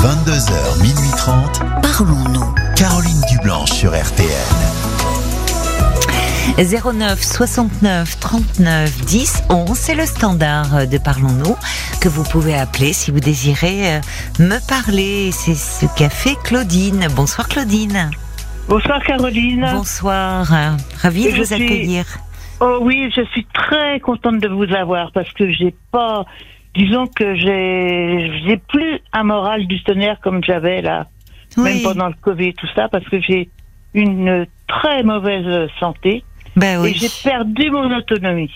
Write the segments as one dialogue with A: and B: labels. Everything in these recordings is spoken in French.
A: 22h, minuit 30,
B: Parlons-nous.
A: Caroline Dublanche sur RTL.
B: 09 69 39 10 11, c'est le standard de Parlons-nous que vous pouvez appeler si vous désirez euh, me parler. C'est ce qu'a fait Claudine. Bonsoir Claudine.
C: Bonsoir Caroline.
B: Bonsoir. Euh, Ravie de
C: Je
B: vous
C: suis-
B: accueillir.
C: Oh oui, je suis très contente de vous avoir parce que j'ai pas, disons que j'ai, j'ai plus un moral du tonnerre comme j'avais là, même
B: Oui.
C: pendant le Covid tout ça, parce que j'ai une très mauvaise santé
B: Ben
C: et j'ai
B: oui.
C: perdu mon autonomie.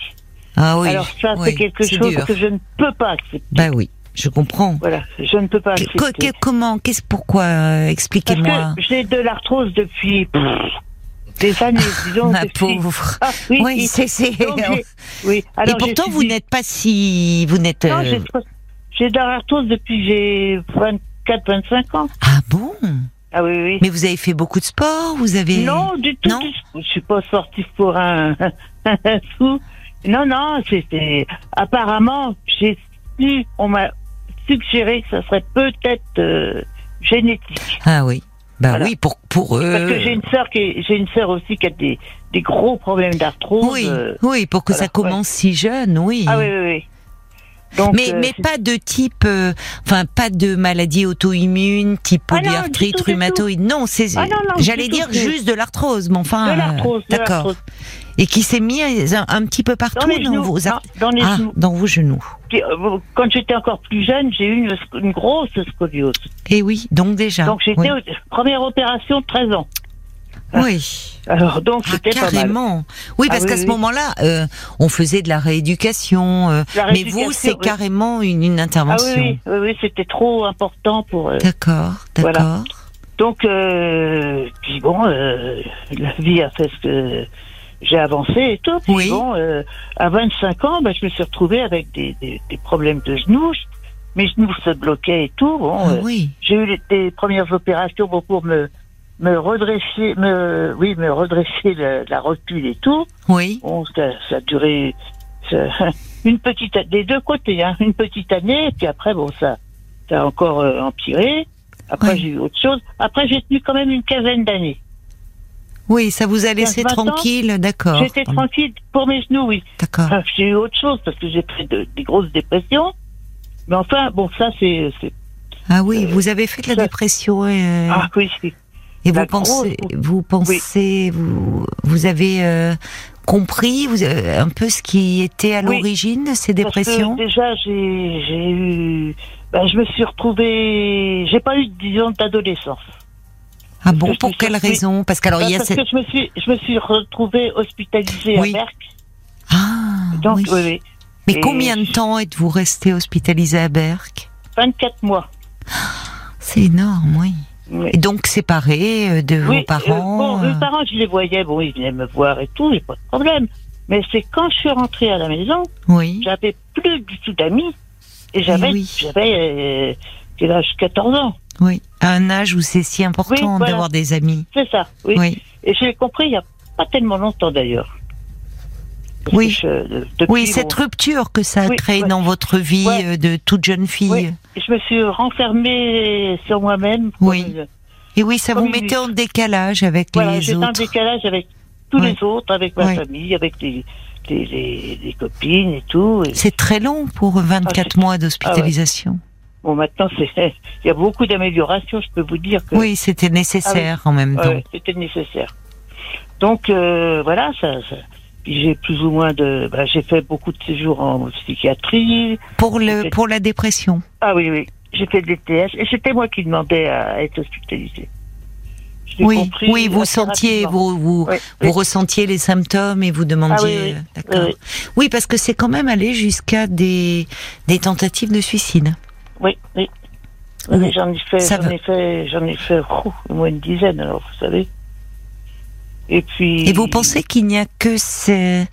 B: Ah oui.
C: Alors ça,
B: oui,
C: c'est quelque
B: c'est
C: chose
B: dur.
C: que je ne peux pas accepter.
B: Ben oui, je comprends.
C: Voilà, je ne peux pas
B: Que- que-
C: accepter.
B: que- comment Qu'est-ce pourquoi euh,
C: Ah, Parce
B: Expliquez-moi.
C: que j'ai de l'arthrose depuis pff, des années, disons.
B: Ma
C: depuis-
B: pauvre.
C: Ah, oui,
B: Oui,
C: oui.
B: c'est c'est.
C: Donc, j'ai-
B: Et
C: oui. Alors, j'ai
B: pourtant vous
C: subi-
B: n'êtes pas si vous n'êtes.
C: Non,
B: euh,
C: j'ai trop- j'ai de l'arthrose depuis que j'ai 24, 25 ans.
B: Ah bon
C: Ah oui, oui.
B: Mais vous avez fait beaucoup de sport, vous avez.
C: non, du tout.
B: non.
C: du tout. Je suis pas sportif pour un, un sou. Non, non, c'était. Apparemment, j'ai su, on m'a suggéré que ça serait peut-être euh, génétique.
B: Ah oui. Bah
C: Voilà.
B: oui, pour pour eux.
C: Parce que j'ai une sœur qui, est- j'ai une sœur aussi qui a des, des gros problèmes d'arthrose.
B: Oui,
C: euh.
B: oui, pour que
C: voilà,
B: ça commence si jeune, oui.
C: Ah oui, oui, oui. Donc,
B: Mais
C: euh,
B: mais
C: c'est-
B: pas de type, euh, enfin pas de maladie auto-immune, type
C: Ah non, du
B: polyarthrite,
C: tout, du tout.
B: rhumatoïde. Non, c'est.
C: Ah non, non, du
B: J'allais
C: tout,
B: dire
C: c'est-
B: juste de l'arthrose, mais enfin.
C: de
B: euh,
C: l'arthrose, de
B: D'accord.
C: l'arthrose.
B: Et qui s'est mis un, un petit peu partout
C: Dans les genoux.
B: vos ar-
C: dans- dans les
B: ah,
C: genoux.
B: dans vos genoux.
C: Puis, euh, quand j'étais encore plus jeune, j'ai eu une, une grosse scoliose.
B: Et Eh oui, donc déjà.
C: donc j'étais
B: Ah, oui. Ah,
C: au- première opération 13 ans.
B: Oui.
C: Alors donc
B: Ah,
C: c'était pas mal.
B: carrément. Oui,
C: Ah
B: parce
C: oui,
B: qu'à ce
C: oui.
B: moment-là, euh, on faisait de la rééducation. euh,
C: La
B: mais
C: rééducation,
B: vous, c'est
C: oui.
B: carrément une, une
C: Ah
B: intervention.
C: oui, oui, oui, oui, c'était trop important pour. euh,
B: D'accord, d'accord.
C: Voilà. donc euh, puis bon, euh, la vie a fait ce que j'ai avancé et tout. Puis
B: Oui.
C: bon, euh, à 25 ans, bah, je me suis retrouvée avec des, des, des problèmes de genoux. Mes genoux se bloquaient et tout. Bon,
B: Ah
C: euh,
B: oui.
C: j'ai eu les, des premières opérations bon, pour me me redresser, me oui, me redresser la, la rotule et tout.
B: Oui.
C: Bon, ça, ça a duré ça- une petite a- des deux côtés, hein, une petite année, et puis après bon ça, ça a encore euh, empiré. Après
B: Oui.
C: j'ai eu autre chose. Après j'ai tenu quand même une quinzaine d'années.
B: Oui, ça vous a laissé
C: 15-20 ans,
B: tranquille, d'accord.
C: J'étais tranquille pour mes genoux, oui.
B: D'accord.
C: Enfin, j'ai eu autre chose parce que j'ai pris de- des grosses dépressions. Mais enfin bon ça c'est c'est
B: Ah oui, vous avez fait de la
C: ça-
B: dépression euh,
C: ah oui oui.
B: et vous
C: la
B: pensez,
C: grosse-
B: vous pensez, vous, vous avez euh, compris vous, euh, un peu ce qui était à
C: Oui.
B: l'origine de ces
C: Parce que
B: dépressions.
C: déjà, j'ai j'ai eu. Ben, je me suis retrouvée. J'ai pas eu, disons, d'adolescence.
B: Ah bon,
C: que je
B: pour
C: me
B: quelle
C: suis-
B: raison Parce qu'alors
C: Ben,
B: il y a
C: parce
B: cette
C: que je me suis, je me suis retrouvée hospitalisée
B: Oui.
C: à Berck.
B: ah
C: Donc,
B: oui.
C: oui, oui,
B: Mais
C: Et-
B: combien de temps êtes-vous resté hospitalisé à Berck
C: 24 mois.
B: C'est énorme, oui.
C: Oui.
B: Et donc séparé euh, de
C: Oui,
B: vos
C: euh,
B: parents.
C: bon,
B: euh,
C: mes parents, je les voyais. Bon, ils venaient me voir et tout, j'ai pas de problème. Mais c'est quand je suis rentrée à la maison,
B: euh, oui.
C: j'avais plus du tout d'amis. Et j'avais.
B: Eh oui.
C: J'avais. euh, quel âge 14 ans.
B: Oui. À un âge où c'est si important
C: voilà.
B: d'avoir des amis.
C: C'est ça, oui.
B: Oui.
C: Et je l'ai compris il y a pas tellement longtemps d'ailleurs. Parce
B: Oui.
C: que je- depuis
B: Oui,
C: mon-
B: cette rupture que ça a
C: Oui,
B: créé
C: ouais.
B: dans votre vie
C: Ouais.
B: euh, de toute jeune fille.
C: Oui. je me suis renfermée sur moi-même. comme
B: Oui.
C: une-
B: Et oui, ça
C: Comme
B: vous
C: une
B: mettait en décalage avec
C: Voilà,
B: les
C: j'étais en
B: autres.
C: décalage avec tous
B: Ouais.
C: les autres, avec ma
B: Ouais.
C: famille, avec les, les, les- les copines et tout. Et-
B: C'est très long pour 24
C: Ah,
B: mois d'hospitalisation.
C: bon, maintenant, c'est, il y a beaucoup d'améliorations, je peux vous dire que
B: Oui, c'était nécessaire en même
C: Ah, ouais,
B: temps.
C: ouais, c'était nécessaire. Donc, euh, voilà, ça. ça- puis j'ai plus ou moins de. bah, j'ai fait beaucoup de séjours en psychiatrie.
B: Pour, le,
C: C'était-
B: pour la dépression.
C: Ah oui, oui. J'ai fait des TH et c'était moi qui demandais à être hospitalisée. Je l'ai
B: Oui,
C: compris
B: oui, vous
C: assez
B: sentiez,
C: rapidement.
B: vous, vous,
C: Oui,
B: vous
C: oui.
B: ressentiez les symptômes et vous demandiez.
C: Ah oui, oui.
B: euh, D'accord.
C: Oui,
B: Oui, parce que c'est quand même allé jusqu'à des, des tentatives de suicide.
C: Oui, oui.
B: Oui.
C: Oui, j'en ai fait,
B: Ça
C: j'en
B: va.
C: ai fait, j'en ai fait oh, au moins une dizaine, alors vous savez. Et puis.
B: Et vous pensez qu'il n'y a que ces.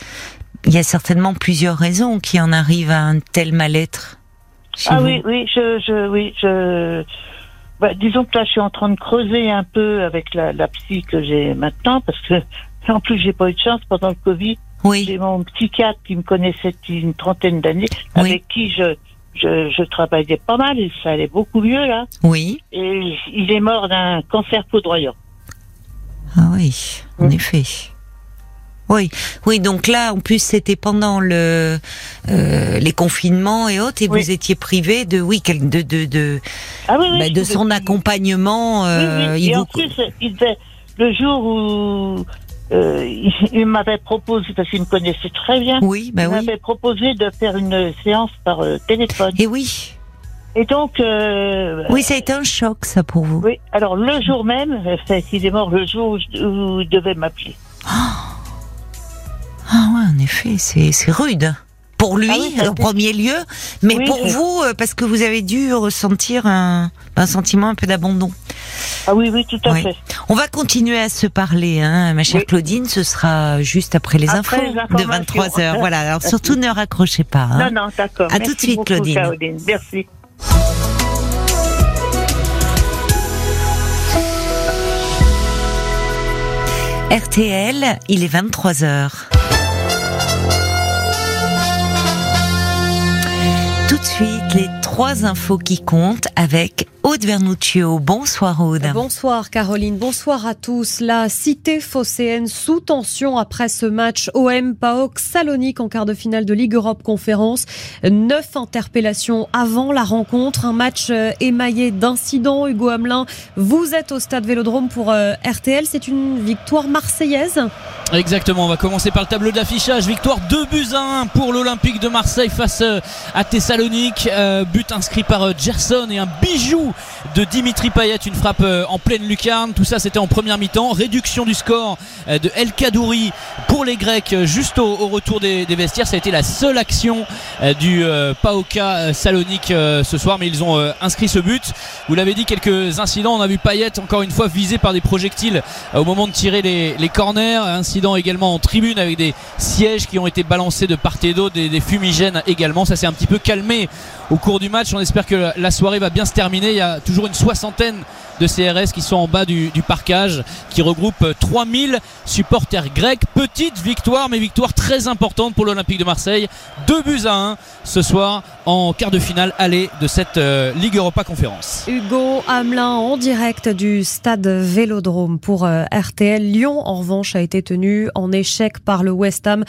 B: Il y a certainement plusieurs raisons qui en arrivent à un tel mal-être. chez
C: Ah
B: vous.
C: oui, oui, je, je, oui, je. Bah, disons que là, je suis en train de creuser un peu avec la, la psy que j'ai maintenant, parce que en plus, j'ai pas eu de chance pendant le Covid.
B: Oui,
C: J'ai mon psychiatre qui me connaissait depuis une trentaine d'années,
B: Oui.
C: avec qui je, je, je travaillais pas mal, et ça allait beaucoup mieux là.
B: Oui.
C: Et il est mort d'un cancer foudroyant.
B: Ah oui, en
C: Mm.
B: effet. Oui, oui. Donc là, en plus, c'était pendant le euh, les confinements et autres, et
C: Oui.
B: vous étiez privé de oui, quel- de de de,
C: Ah oui, oui,
B: bah,
C: je
B: de
C: suis
B: son
C: depuis-
B: accompagnement.
C: Oui, oui.
B: euh, il
C: Et
B: vous-
C: en plus, il devait- le jour où euh, il, il m'avait proposé, parce qu'il me connaissait très bien,
B: oui, bah
C: il
B: oui.
C: m'avait proposé de faire une séance par euh, téléphone.
B: Et Eh oui,
C: Et donc, euh,
B: oui, ça a été un choc ça pour vous.
C: oui, alors le jour même, euh, c'est qu'il est mort le jour où, je- où il devait m'appeler.
B: Ah ouais, en effet, c'est c'est rude. Pour lui,
C: Ah oui, ça
B: en
C: fait-
B: premier lieu, mais
C: Oui,
B: pour
C: c'est-
B: vous, euh, parce que vous avez dû ressentir un, un sentiment un peu d'abandon.
C: Ah oui, oui, tout à
B: Oui.
C: fait.
B: On va continuer à se parler, hein, ma chère
C: Oui.
B: Claudine. Ce sera juste après les
C: Après les
B: infos de
C: informations.
B: 23 heures. Voilà. Alors surtout ne raccrochez pas. hein.
C: Non, non, d'accord.
B: À tout de
C: Merci
B: suite,
C: beaucoup,
B: Claudine.
C: Caroline. Merci.
B: RTL, il est 23 heures. Tout de suite, les trois infos qui comptent avec Aude Vernuccio. Bonsoir Aude.
D: Bonsoir Caroline, bonsoir à tous. La cité phocéenne sous tension après ce match OM PAOK Salonique en quart de finale de Ligue Europe Conférence. Neuf interpellations avant la rencontre, un match euh, émaillé d'incidents. Hugo Hamelin, vous êtes au stade Vélodrome pour euh, RTL, c'est une victoire marseillaise.
E: Exactement, on va commencer par le tableau d'affichage. Victoire 2 buts à 1 pour l'Olympique de Marseille face euh, à Thessalonique. Euh, but inscrit par euh, Gerson et un bijou de Dimitri Payet, une frappe euh, en pleine lucarne. Tout ça c'était en première mi-temps. Réduction du score euh, de El Kadouri pour les Grecs euh, juste au, au retour des, des vestiaires. Ça a été la seule action euh, du euh, PAOK euh, Salonique euh, ce soir, mais ils ont euh, inscrit ce but. Vous l'avez dit, quelques incidents. On a vu Payet encore une fois visé par des projectiles euh, au moment de tirer les, les corners. Incident également en tribune avec des sièges qui ont été balancés de part et d'autre, des, des fumigènes également. Ça s'est un petit peu calmé au cours du match. On espère que la soirée va bien se terminer. Il y a toujours une soixantaine de CRS qui sont en bas du, du parcage, qui regroupe 3000 supporters grecs. Petite victoire, mais victoire très importante pour l'Olympique de Marseille. 2 buts à 1 ce soir en quart de finale aller de cette euh, Ligue Europa Conférence.
D: Hugo Hamelin en direct du stade Vélodrome pour euh, RTL. Lyon, en revanche, a été tenu en échec par le West Ham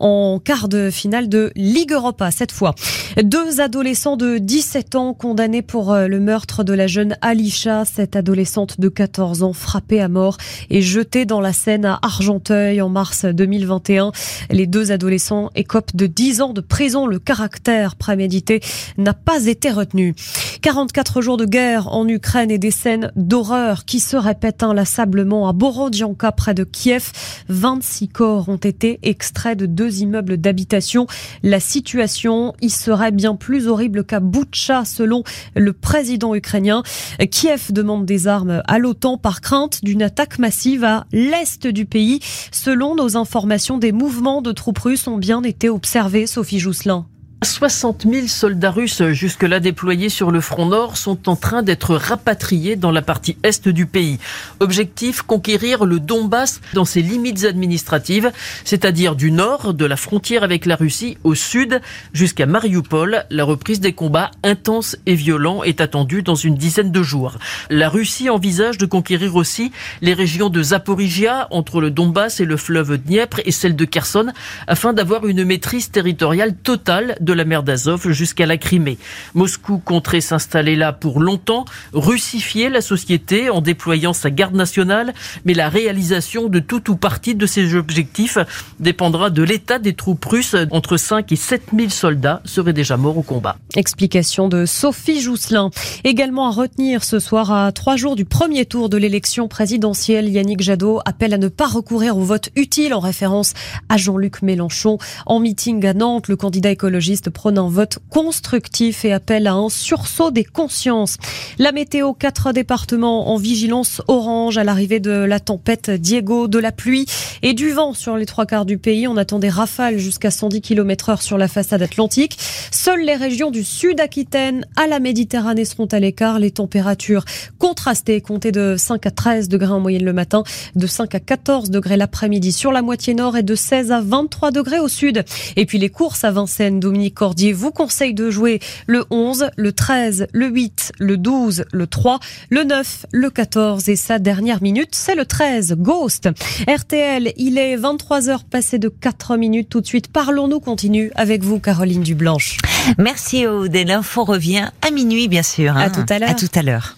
D: en quart de finale de Ligue Europa cette fois. Deux adolescents de 17 ans condamnés pour euh, le meurtre de la jeune Alisha, cette adolescente de 14 ans frappée à mort et jetée dans la Seine à Argenteuil en mars 2021. Les deux adolescents écopent de 10 ans de prison. Le caractère prémédité n'a pas été retenu. 44 jours de guerre en Ukraine et des scènes d'horreur qui se répètent inlassablement à Borodjanka près de Kiev. 26 corps ont été extraits de deux immeubles d'habitation. La situation y serait bien plus horrible qu'à Boutcha selon le président ukrainien. Kiev demande des armes à l'OTAN par crainte d'une attaque massive à l'est du pays. Selon nos informations, des mouvements de troupes russes ont bien été observés, Sophie Jousselin.
F: 60 000 soldats russes euh, jusque-là déployés sur le front nord sont en train d'être rapatriés dans la partie est du pays. Objectif, conquérir le Donbass dans ses limites administratives, c'est-à-dire du nord de la frontière avec la Russie au sud jusqu'à Mariupol. La reprise des combats intenses et violents est attendue dans une dizaine de jours. La Russie envisage de conquérir aussi les régions de Zaporizhia entre le Donbass et le fleuve Dniepr et celle de Kherson afin d'avoir une maîtrise territoriale totale de la mer d'Azov jusqu'à la Crimée. Moscou compterait s'installer là pour longtemps, russifier la société en déployant sa garde nationale, mais la réalisation de tout ou partie de ces objectifs dépendra de l'état des troupes russes. Entre 5 et 7 000 soldats seraient déjà morts au combat.
D: Explication de Sophie Jousselin. Également à retenir ce soir, à trois jours du premier tour de l'élection présidentielle, Yannick Jadot appelle à ne pas recourir au vote utile en référence à Jean-Luc Mélenchon. En meeting à Nantes, le candidat écologiste prône un vote constructif et appelle à un sursaut des consciences. La météo, quatre départements en vigilance orange à l'arrivée de la tempête Diego, de la pluie et du vent sur les trois quarts du pays. On attend des rafales jusqu'à 110 km heure sur la façade atlantique. Seules les régions du sud Aquitaine à la Méditerranée seront à l'écart. Les températures contrastées, comptées de 5 à 13 degrés en moyenne le matin, de 5 à 14 degrés l'après-midi sur la moitié nord et de 16 à 23 degrés au sud. Et puis les courses à Vincennes, Dominique Dominique Cordier vous conseille de jouer le 11, le 13, le 8, le 12, le 3, le 9, le 14 et sa dernière minute, c'est le 13, Ghost. RTL, il est 23h passé de 4 minutes tout de suite. Parlons-nous continue avec vous, Caroline Dublanche.
B: Merci Aude. Et l'info revient à minuit, bien sûr. hein.
D: À tout à l'heure.
B: À tout à l'heure.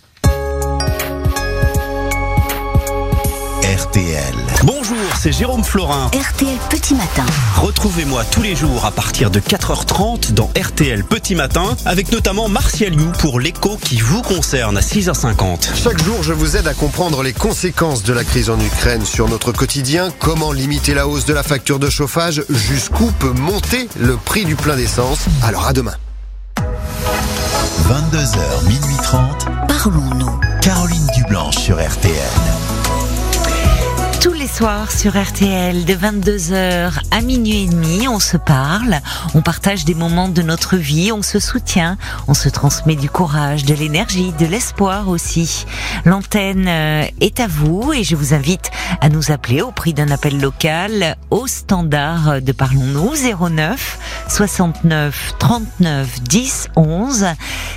A: RTL.
G: Bonjour, c'est Jérôme Florin.
H: RTL Petit Matin.
G: Retrouvez-moi tous les jours à partir de 4h30 dans RTL Petit Matin, avec notamment Martial You pour l'écho qui vous concerne à 6h50.
I: Chaque jour, je vous aide à comprendre les conséquences de la crise en Ukraine sur notre quotidien, comment limiter la hausse de la facture de chauffage, jusqu'où peut monter le prix du plein d'essence. Alors à demain.
A: 22h, minuit 30.
H: Parlons-nous.
A: Caroline Dublanche sur RTL.
B: Tous les soirs sur RTL de 22h à minuit et demi, on se parle, on partage des moments de notre vie, on se soutient, on se transmet du courage, de l'énergie, de l'espoir aussi. L'antenne euh, est à vous et je vous invite à nous appeler au prix d'un appel local au standard de Parlons-nous 09 69 39 10 11.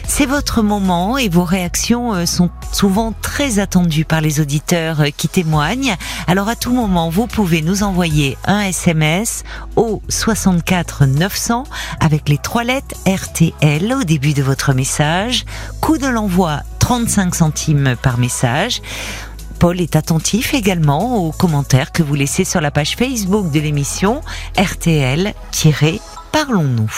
B: C'est votre moment et vos réactions euh, sont souvent très attendues par les auditeurs euh, qui témoignent. Alors à tout moment, vous pouvez nous envoyer un SMS au 64 900 avec les trois lettres RTL au début de votre message. Coût de l'envoi 35 centimes par message. Paul est attentif également aux commentaires que vous laissez sur la page Facebook de l'émission RTL-Parlons-nous.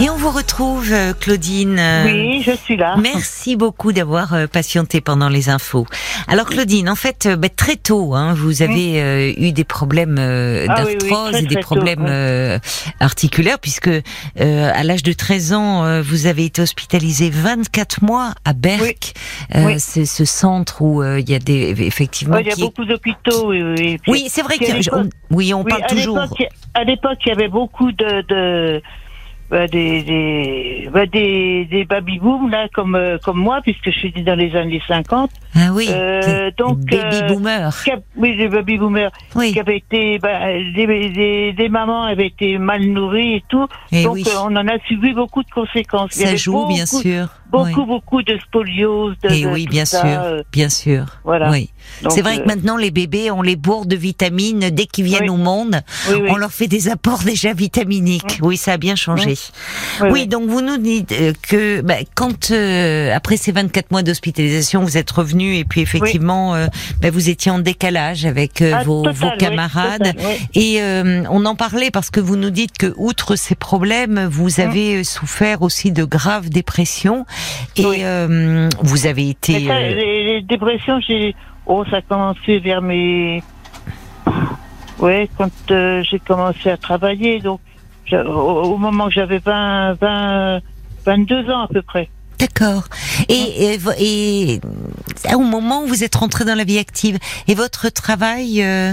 B: Et on vous retrouve, euh, Claudine. euh,
C: Oui, je suis là.
B: Merci beaucoup d'avoir euh, patienté pendant les infos. Alors Claudine, en fait, euh, bah, très tôt, hein, vous avez euh, eu des problèmes euh,
C: Ah oui,
B: d'arthrose
C: oui, très,
B: et des
C: très tôt,
B: problèmes
C: ouais.
B: euh, articulaires, puisque euh, à l'âge de 13 ans, euh, vous avez été hospitalisé 24 mois à Berck. Euh,
C: Oui.
B: C'est ce centre où euh, il y a des effectivement.
C: Ouais, Oh, il y a
B: qui est-
C: beaucoup d'hôpitaux. Oui, oui. Et puis-
B: Oui, c'est vrai
C: Puis à
B: que je- on-
C: l'époque-
B: oui, on
C: oui,
B: parle
C: à
B: toujours.
C: l'époque, il- À l'époque, il y avait beaucoup de. de bah, des des bah, des, des baby-boom, là comme euh, comme moi puisque je suis née dans les années 50
B: Ah oui.
C: euh, donc,
B: baby
C: euh,
B: boomer.
C: Cap- oui les baby boomers
B: Oui.
C: qui avaient été bah, des, des, des mamans avaient été mal nourries et tout
B: Eh
C: donc
B: oui.
C: euh, on en a subi beaucoup de conséquences Il y
B: Ça
C: avait
B: joue, bien
C: beaucoup-
B: sûr. Oui.
C: beaucoup beaucoup de spoliose de,
B: Et Eh
C: de
B: oui,
C: tout
B: bien
C: ça,
B: sûr,
C: euh,
B: bien sûr.
C: voilà
B: Oui.
C: Donc,
B: C'est vrai
C: euh,
B: que maintenant les bébés, on les bourre de vitamines dès qu'ils viennent
C: Oui.
B: au monde.
C: oui, oui,
B: On leur fait des apports déjà vitaminiques. Oui, ça a bien changé.
C: oui,
B: Oui,
C: oui.
B: donc vous nous dites euh, que bah, quand euh, après ces 24 mois d'hospitalisation, vous êtes revenu et puis effectivement, euh, bah, vous étiez en décalage avec euh,
C: Ah,
B: vos,
C: total,
B: vos
C: oui,
B: camarades.
C: total, oui.
B: Et euh, on en parlait parce que vous nous dites que outre ces problèmes,
C: Mm.
B: vous avez euh, souffert aussi de graves dépressions et
C: Oui.
B: euh, vous avez
C: Mais
B: été
C: ça,
B: euh,
C: les, les dépressions, j'ai. Oh, ça a commencé vers mes. Ouais, quand euh, j'ai commencé à travailler, donc j'a- au, au moment que j'avais 20, 20, 22 ans à peu près.
B: D'accord. Et, et, vo- et euh, au moment où vous êtes rentré dans la vie active, et votre travail, euh,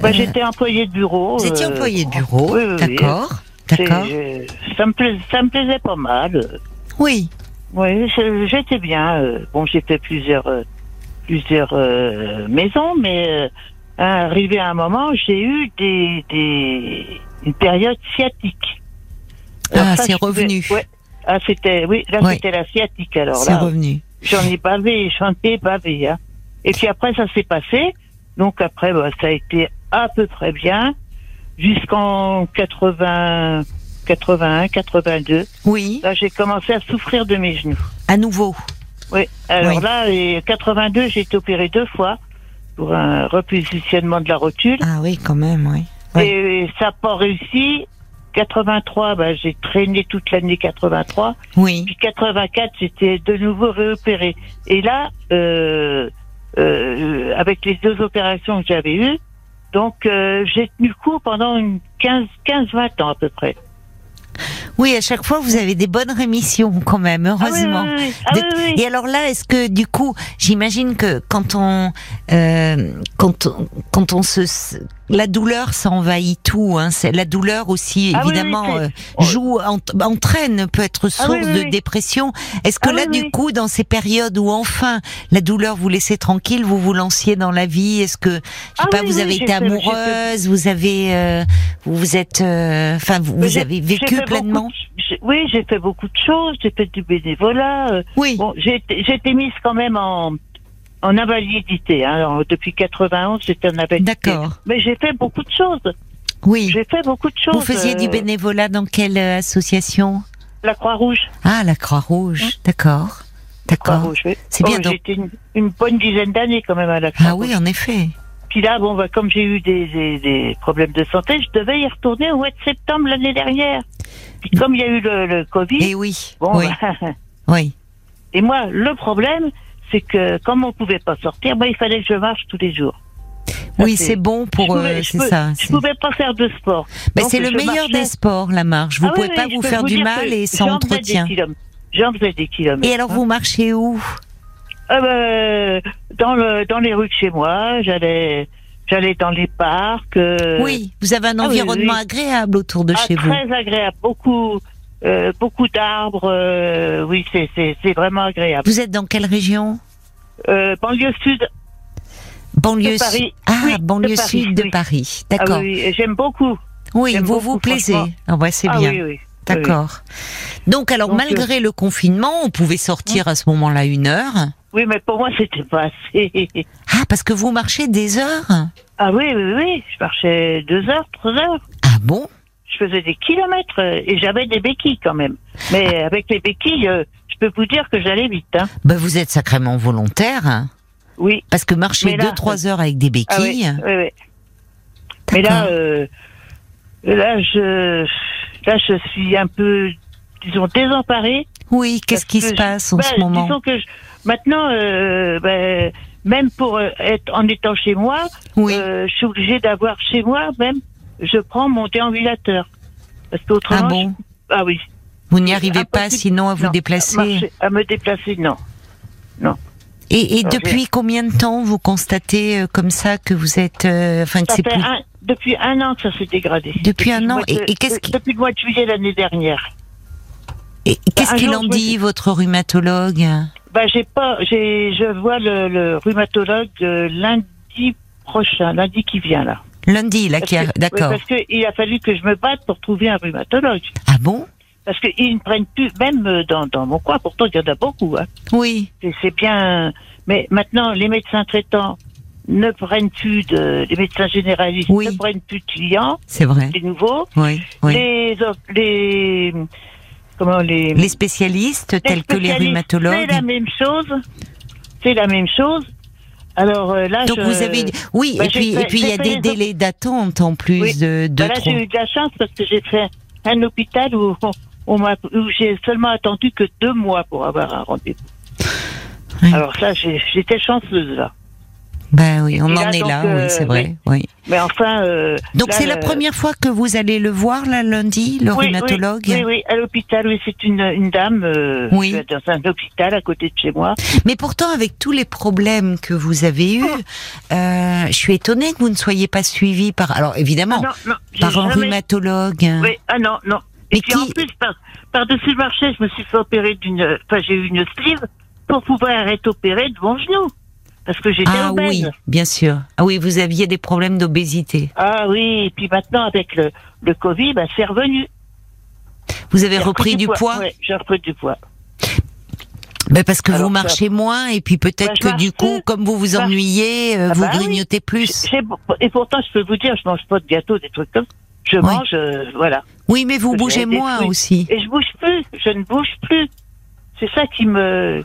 C: Bah,
B: euh,
C: J'étais employé de bureau.
B: vous étiez
C: euh,
B: employé de bureau,
C: oui, oui, oui.
B: d'accord,
C: C'est-
B: d'accord.
C: euh, Ça me, plais- ça me plaisait pas mal.
B: Oui,
C: Oui, je- j'étais bien. euh, Bon, j'ai fait plusieurs, euh, plusieurs euh, maisons, mais euh, hein, arrivé à un moment, j'ai eu des, des, une période sciatique. Alors
B: Ah,
C: ça,
B: c'est
C: je pouvais-
B: revenu.
C: ouais. Ah, c'était, oui, là,
B: Ouais.
C: c'était la sciatique, alors
B: c'est
C: là.
B: revenu.
C: J'en ai bavé, j'en ai bavé, hein. Et puis après, ça s'est passé. Donc après, bah, ça a été à peu près bien. Jusqu'en 80, 81, 82.
B: Oui,
C: Là, j'ai commencé à souffrir de mes genoux.
B: à nouveau.
C: Oui, alors
B: Oui.
C: là, et 82, j'ai été opéré deux fois pour un repositionnement de la rotule.
B: Ah oui, quand même, oui. Ouais.
C: Et ça n'a pas réussi. 83, bah, j'ai traîné toute l'année 83.
B: Oui,
C: Puis 84, j'étais de nouveau réopérée. Et là, euh, euh, avec les deux opérations que j'avais eues, donc euh, j'ai tenu le coup pendant une 15, 15, 20 ans à peu près.
B: oui. À chaque fois, vous avez des bonnes rémissions quand même,
C: Ah oui,
B: heureusement.
C: oui, oui. Ah
B: De-
C: oui, oui.
B: Et alors là, est-ce que du coup, j'imagine que quand on, euh, quand on, quand on se, la douleur, ça envahit tout. Hein. C'est la douleur aussi,
C: Ah oui, oui,
B: évidemment,
C: c'est- Ah
B: euh, joue, ent- entraîne, peut être source
C: oui, oui,
B: de
C: oui.
B: dépression. Est-ce que
C: Ah
B: là,
C: oui,
B: du
C: oui.
B: coup, dans ces périodes où enfin la douleur vous laissait tranquille, vous vous lanciez dans la vie Est-ce que, je sais
C: Ah
B: pas,
C: oui,
B: vous
C: oui,
B: avez
C: j'ai
B: été
C: fait- j'ai fait-
B: amoureuse, vous avez, euh, vous vous êtes, euh, enfin, vous, vous
C: J'ai-
B: avez
C: j'ai fait
B: vécu
C: beaucoup
B: pleinement
C: de- j'ai- Oui, j'ai fait beaucoup de choses. J'ai fait du bénévolat. euh,
B: Oui.
C: Bon, j'ai été j'ai été mise quand même en, en invalidité. hein. Alors, depuis 91, j'étais en invalidité.
B: D'accord.
C: Mais j'ai fait beaucoup de choses.
B: Oui.
C: J'ai fait beaucoup de choses.
B: Vous faisiez du
C: euh,
B: bénévolat dans quelle euh, association
C: La Croix-Rouge.
B: Ah, la Croix-Rouge, d'accord. D'accord.
C: Hein Croix-Rouge, oui.
B: C'est
C: Oh,
B: bien donc.
C: J'étais une, une bonne dizaine d'années quand même à la Croix-Rouge.
B: Ah oui, en effet.
C: Puis là, bon, bah, comme j'ai eu des, des, des problèmes de santé, je devais y retourner au mois de septembre l'année dernière. Puis comme il y a eu le, le Covid,
B: Et Eh oui.
C: bon,
B: oui.
C: bah,
B: Oui.
C: et moi, le problème, c'est que comme on pouvait pas sortir, bah, il fallait que je marche tous les jours. Ça,
B: Oui, c'est bon
C: je
B: pour
C: pouvais-
B: euh,
C: je
B: c'est
C: pouvais-
B: ça.
C: Je
B: c'est-
C: pouvais pas faire de sport.
B: Ben,
C: donc
B: c'est le
C: je
B: meilleur
C: marchais.
B: des sports, la marche. Vous
C: Ah oui,
B: pouvez
C: oui,
B: pas
C: je
B: vous
C: peux
B: faire du
C: dire
B: mal
C: que
B: et sans
C: j'en faisais des
B: entretien.
C: kilomètres. J'en faisais des kilomètres.
B: Et alors vous marchez où
C: Ah ben, dans, le, dans les rues de chez moi, j'allais j'allais dans les parcs. euh,
B: Oui, vous avez un
C: ah oui,
B: environnement
C: oui.
B: agréable autour de
C: Ah,
B: chez vous.
C: très agréable, beaucoup, euh, beaucoup d'arbres. euh, oui, c'est c'est c'est vraiment agréable.
B: Vous êtes dans quelle région
C: Euh, banlieue sud.
B: Banlieue
C: De Paris.
B: sud. Ah,
C: Oui, de
B: banlieue
C: Paris,
B: sud de
C: oui.
B: Paris.
C: Ah
B: D'accord.
C: oui, oui, j'aime beaucoup.
B: oui,
C: j'aime
B: vous vous
C: beaucoup,
B: plaisez.
C: franchement.
B: Ah ouais, c'est
C: ah
B: bien.
C: oui, oui.
B: D'accord. Donc alors
C: Donc, euh,
B: malgré le confinement, on pouvait sortir à ce moment-là une heure.
C: Oui, mais pour moi, c'était pas assez.
B: Ah, parce que vous marchez des heures
C: Ah oui, oui, oui. Je marchais deux heures, trois heures.
B: Ah bon
C: Je faisais des kilomètres euh, et j'avais des béquilles quand même.
B: Ah.
C: Mais avec les béquilles, euh, je peux vous dire que j'allais vite. Hein.
B: Bah vous êtes sacrément volontaire, hein,
C: Oui.
B: parce que marcher
C: Mais là-
B: 2-3 heures avec des
C: Ah oui.
B: béquilles,
C: oui, oui. Mais là,
B: d'accord.
C: euh, là, je, là, je suis un peu, disons, désemparée.
B: oui, qu'est-ce
C: parce
B: qui
C: que
B: se
C: je-
B: passe en
C: Ben,
B: ce moment
C: Disons que je- maintenant, euh, ben, même pour euh, être en étant chez moi,
B: Oui,
C: euh, je suis obligée d'avoir chez moi même. Je prends mon déambulateur parce qu'autrement,
B: ah bon
C: je- ah oui,
B: Vous n'y arrivez pas
C: impossible.
B: sinon à vous
C: Non,
B: déplacer.
C: marcher- à me déplacer, non.
B: Et, et
C: Non,
B: depuis combien de temps vous constatez euh, comme ça que vous êtes, euh, enfin que
C: Ça
B: c'est
C: fait
B: plus
C: un- depuis un an que ça s'est dégradé.
B: Depuis un
C: le
B: an,
C: mois de-
B: et- et qu'est-ce qui-
C: Depuis le mois de juillet l'année dernière.
B: Et qu'est-ce
C: un
B: qu'il
C: jour,
B: en
C: je me
B: dit votre rhumatologue
C: Bah, j'ai pas, j'ai, je vois le, le rhumatologue euh, lundi prochain, lundi qui vient là.
B: Lundi, là,
C: Parce
B: qui a-
C: que-
B: d'accord.
C: oui, parce qu'il a fallu que je me batte pour trouver un rhumatologue.
B: Ah bon
C: Parce qu'ils ne prennent plus, même euh, dans, dans mon coin, pourtant il y en a beaucoup. Hein.
B: Oui.
C: C'est- C'est bien. Mais maintenant, les médecins traitants ne prennent plus de. Les médecins généralistes
B: Oui.
C: ne prennent plus de clients,
B: C'est vrai.
C: les nouveaux.
B: Oui, oui.
C: Les, op- les. Comment les.
B: Les spécialistes, tels que les
C: spécialistes, C'est la
B: rhumatologues.
C: même chose. C'est la même chose. Alors euh, là,
B: Donc
C: je-
B: vous avez oui
C: Bah,
B: et
C: j'ai
B: puis
C: fait-
B: et puis il
C: j'ai
B: y a
C: fait
B: des
C: les-
B: délais d'attente en plus
C: Oui.
B: de, de
C: Bah là,
B: trop.
C: j'ai eu de la chance parce que j'ai fait un hôpital où, on- on m'a- où j'ai seulement attendu que deux mois pour avoir un rendez-vous.
B: Oui.
C: Alors ça, j'ai- j'étais chanceuse là.
B: Ben oui, on
C: Et
B: en
C: là,
B: est
C: donc,
B: là, oui,
C: euh,
B: c'est vrai. Oui.
C: Mais enfin. euh,
B: Donc
C: là,
B: c'est la
C: le-
B: première fois que vous allez le voir là lundi, le
C: Oui, oui,
B: rhumatologue.
C: Oui, oui, à l'hôpital, oui, c'est une, une dame euh,
B: Oui.
C: je suis dans un hôpital à côté de chez moi.
B: Mais pourtant avec tous les problèmes que vous avez eus,
C: Oh.
B: euh, je suis étonnée que vous ne soyez pas suivi par alors évidemment
C: Ah non, non, j'ai
B: Ah. par un
C: jamais-
B: rhumatologue.
C: Oui, ah non, non.
B: Mais
C: Et puis en
B: qui-
C: plus, par, par-dessus le marché, je me suis fait opérer d'une. Enfin, j'ai eu une sleeve pour pouvoir être opérée de mon genou. Parce que j'étais
B: Ah oui,
C: obèse.
B: bien sûr. Ah oui, vous aviez des problèmes d'obésité.
C: Ah oui, et puis maintenant, avec le, le Covid, bah, c'est revenu.
B: Vous avez
C: J'ai
B: repris du poids,
C: Ouais, j'ai repris du poids.
B: Ben, parce que
C: Alors
B: vous
C: ça-
B: marchez moins et puis peut-être
C: Bah, je
B: que du
C: marche
B: coup,
C: plus.
B: comme vous vous
C: Bah,
B: ennuyez, euh,
C: ah
B: vous
C: bah oui.
B: grignotez plus.
C: J'ai- et pourtant, je peux vous dire, je mange pas de gâteau, des trucs comme ça. Je
B: Oui.
C: mange, euh, voilà.
B: Oui, mais vous
C: J'ai
B: bougez
C: des
B: moins
C: fruits.
B: aussi.
C: Et je bouge plus, je ne bouge plus. C'est ça qui me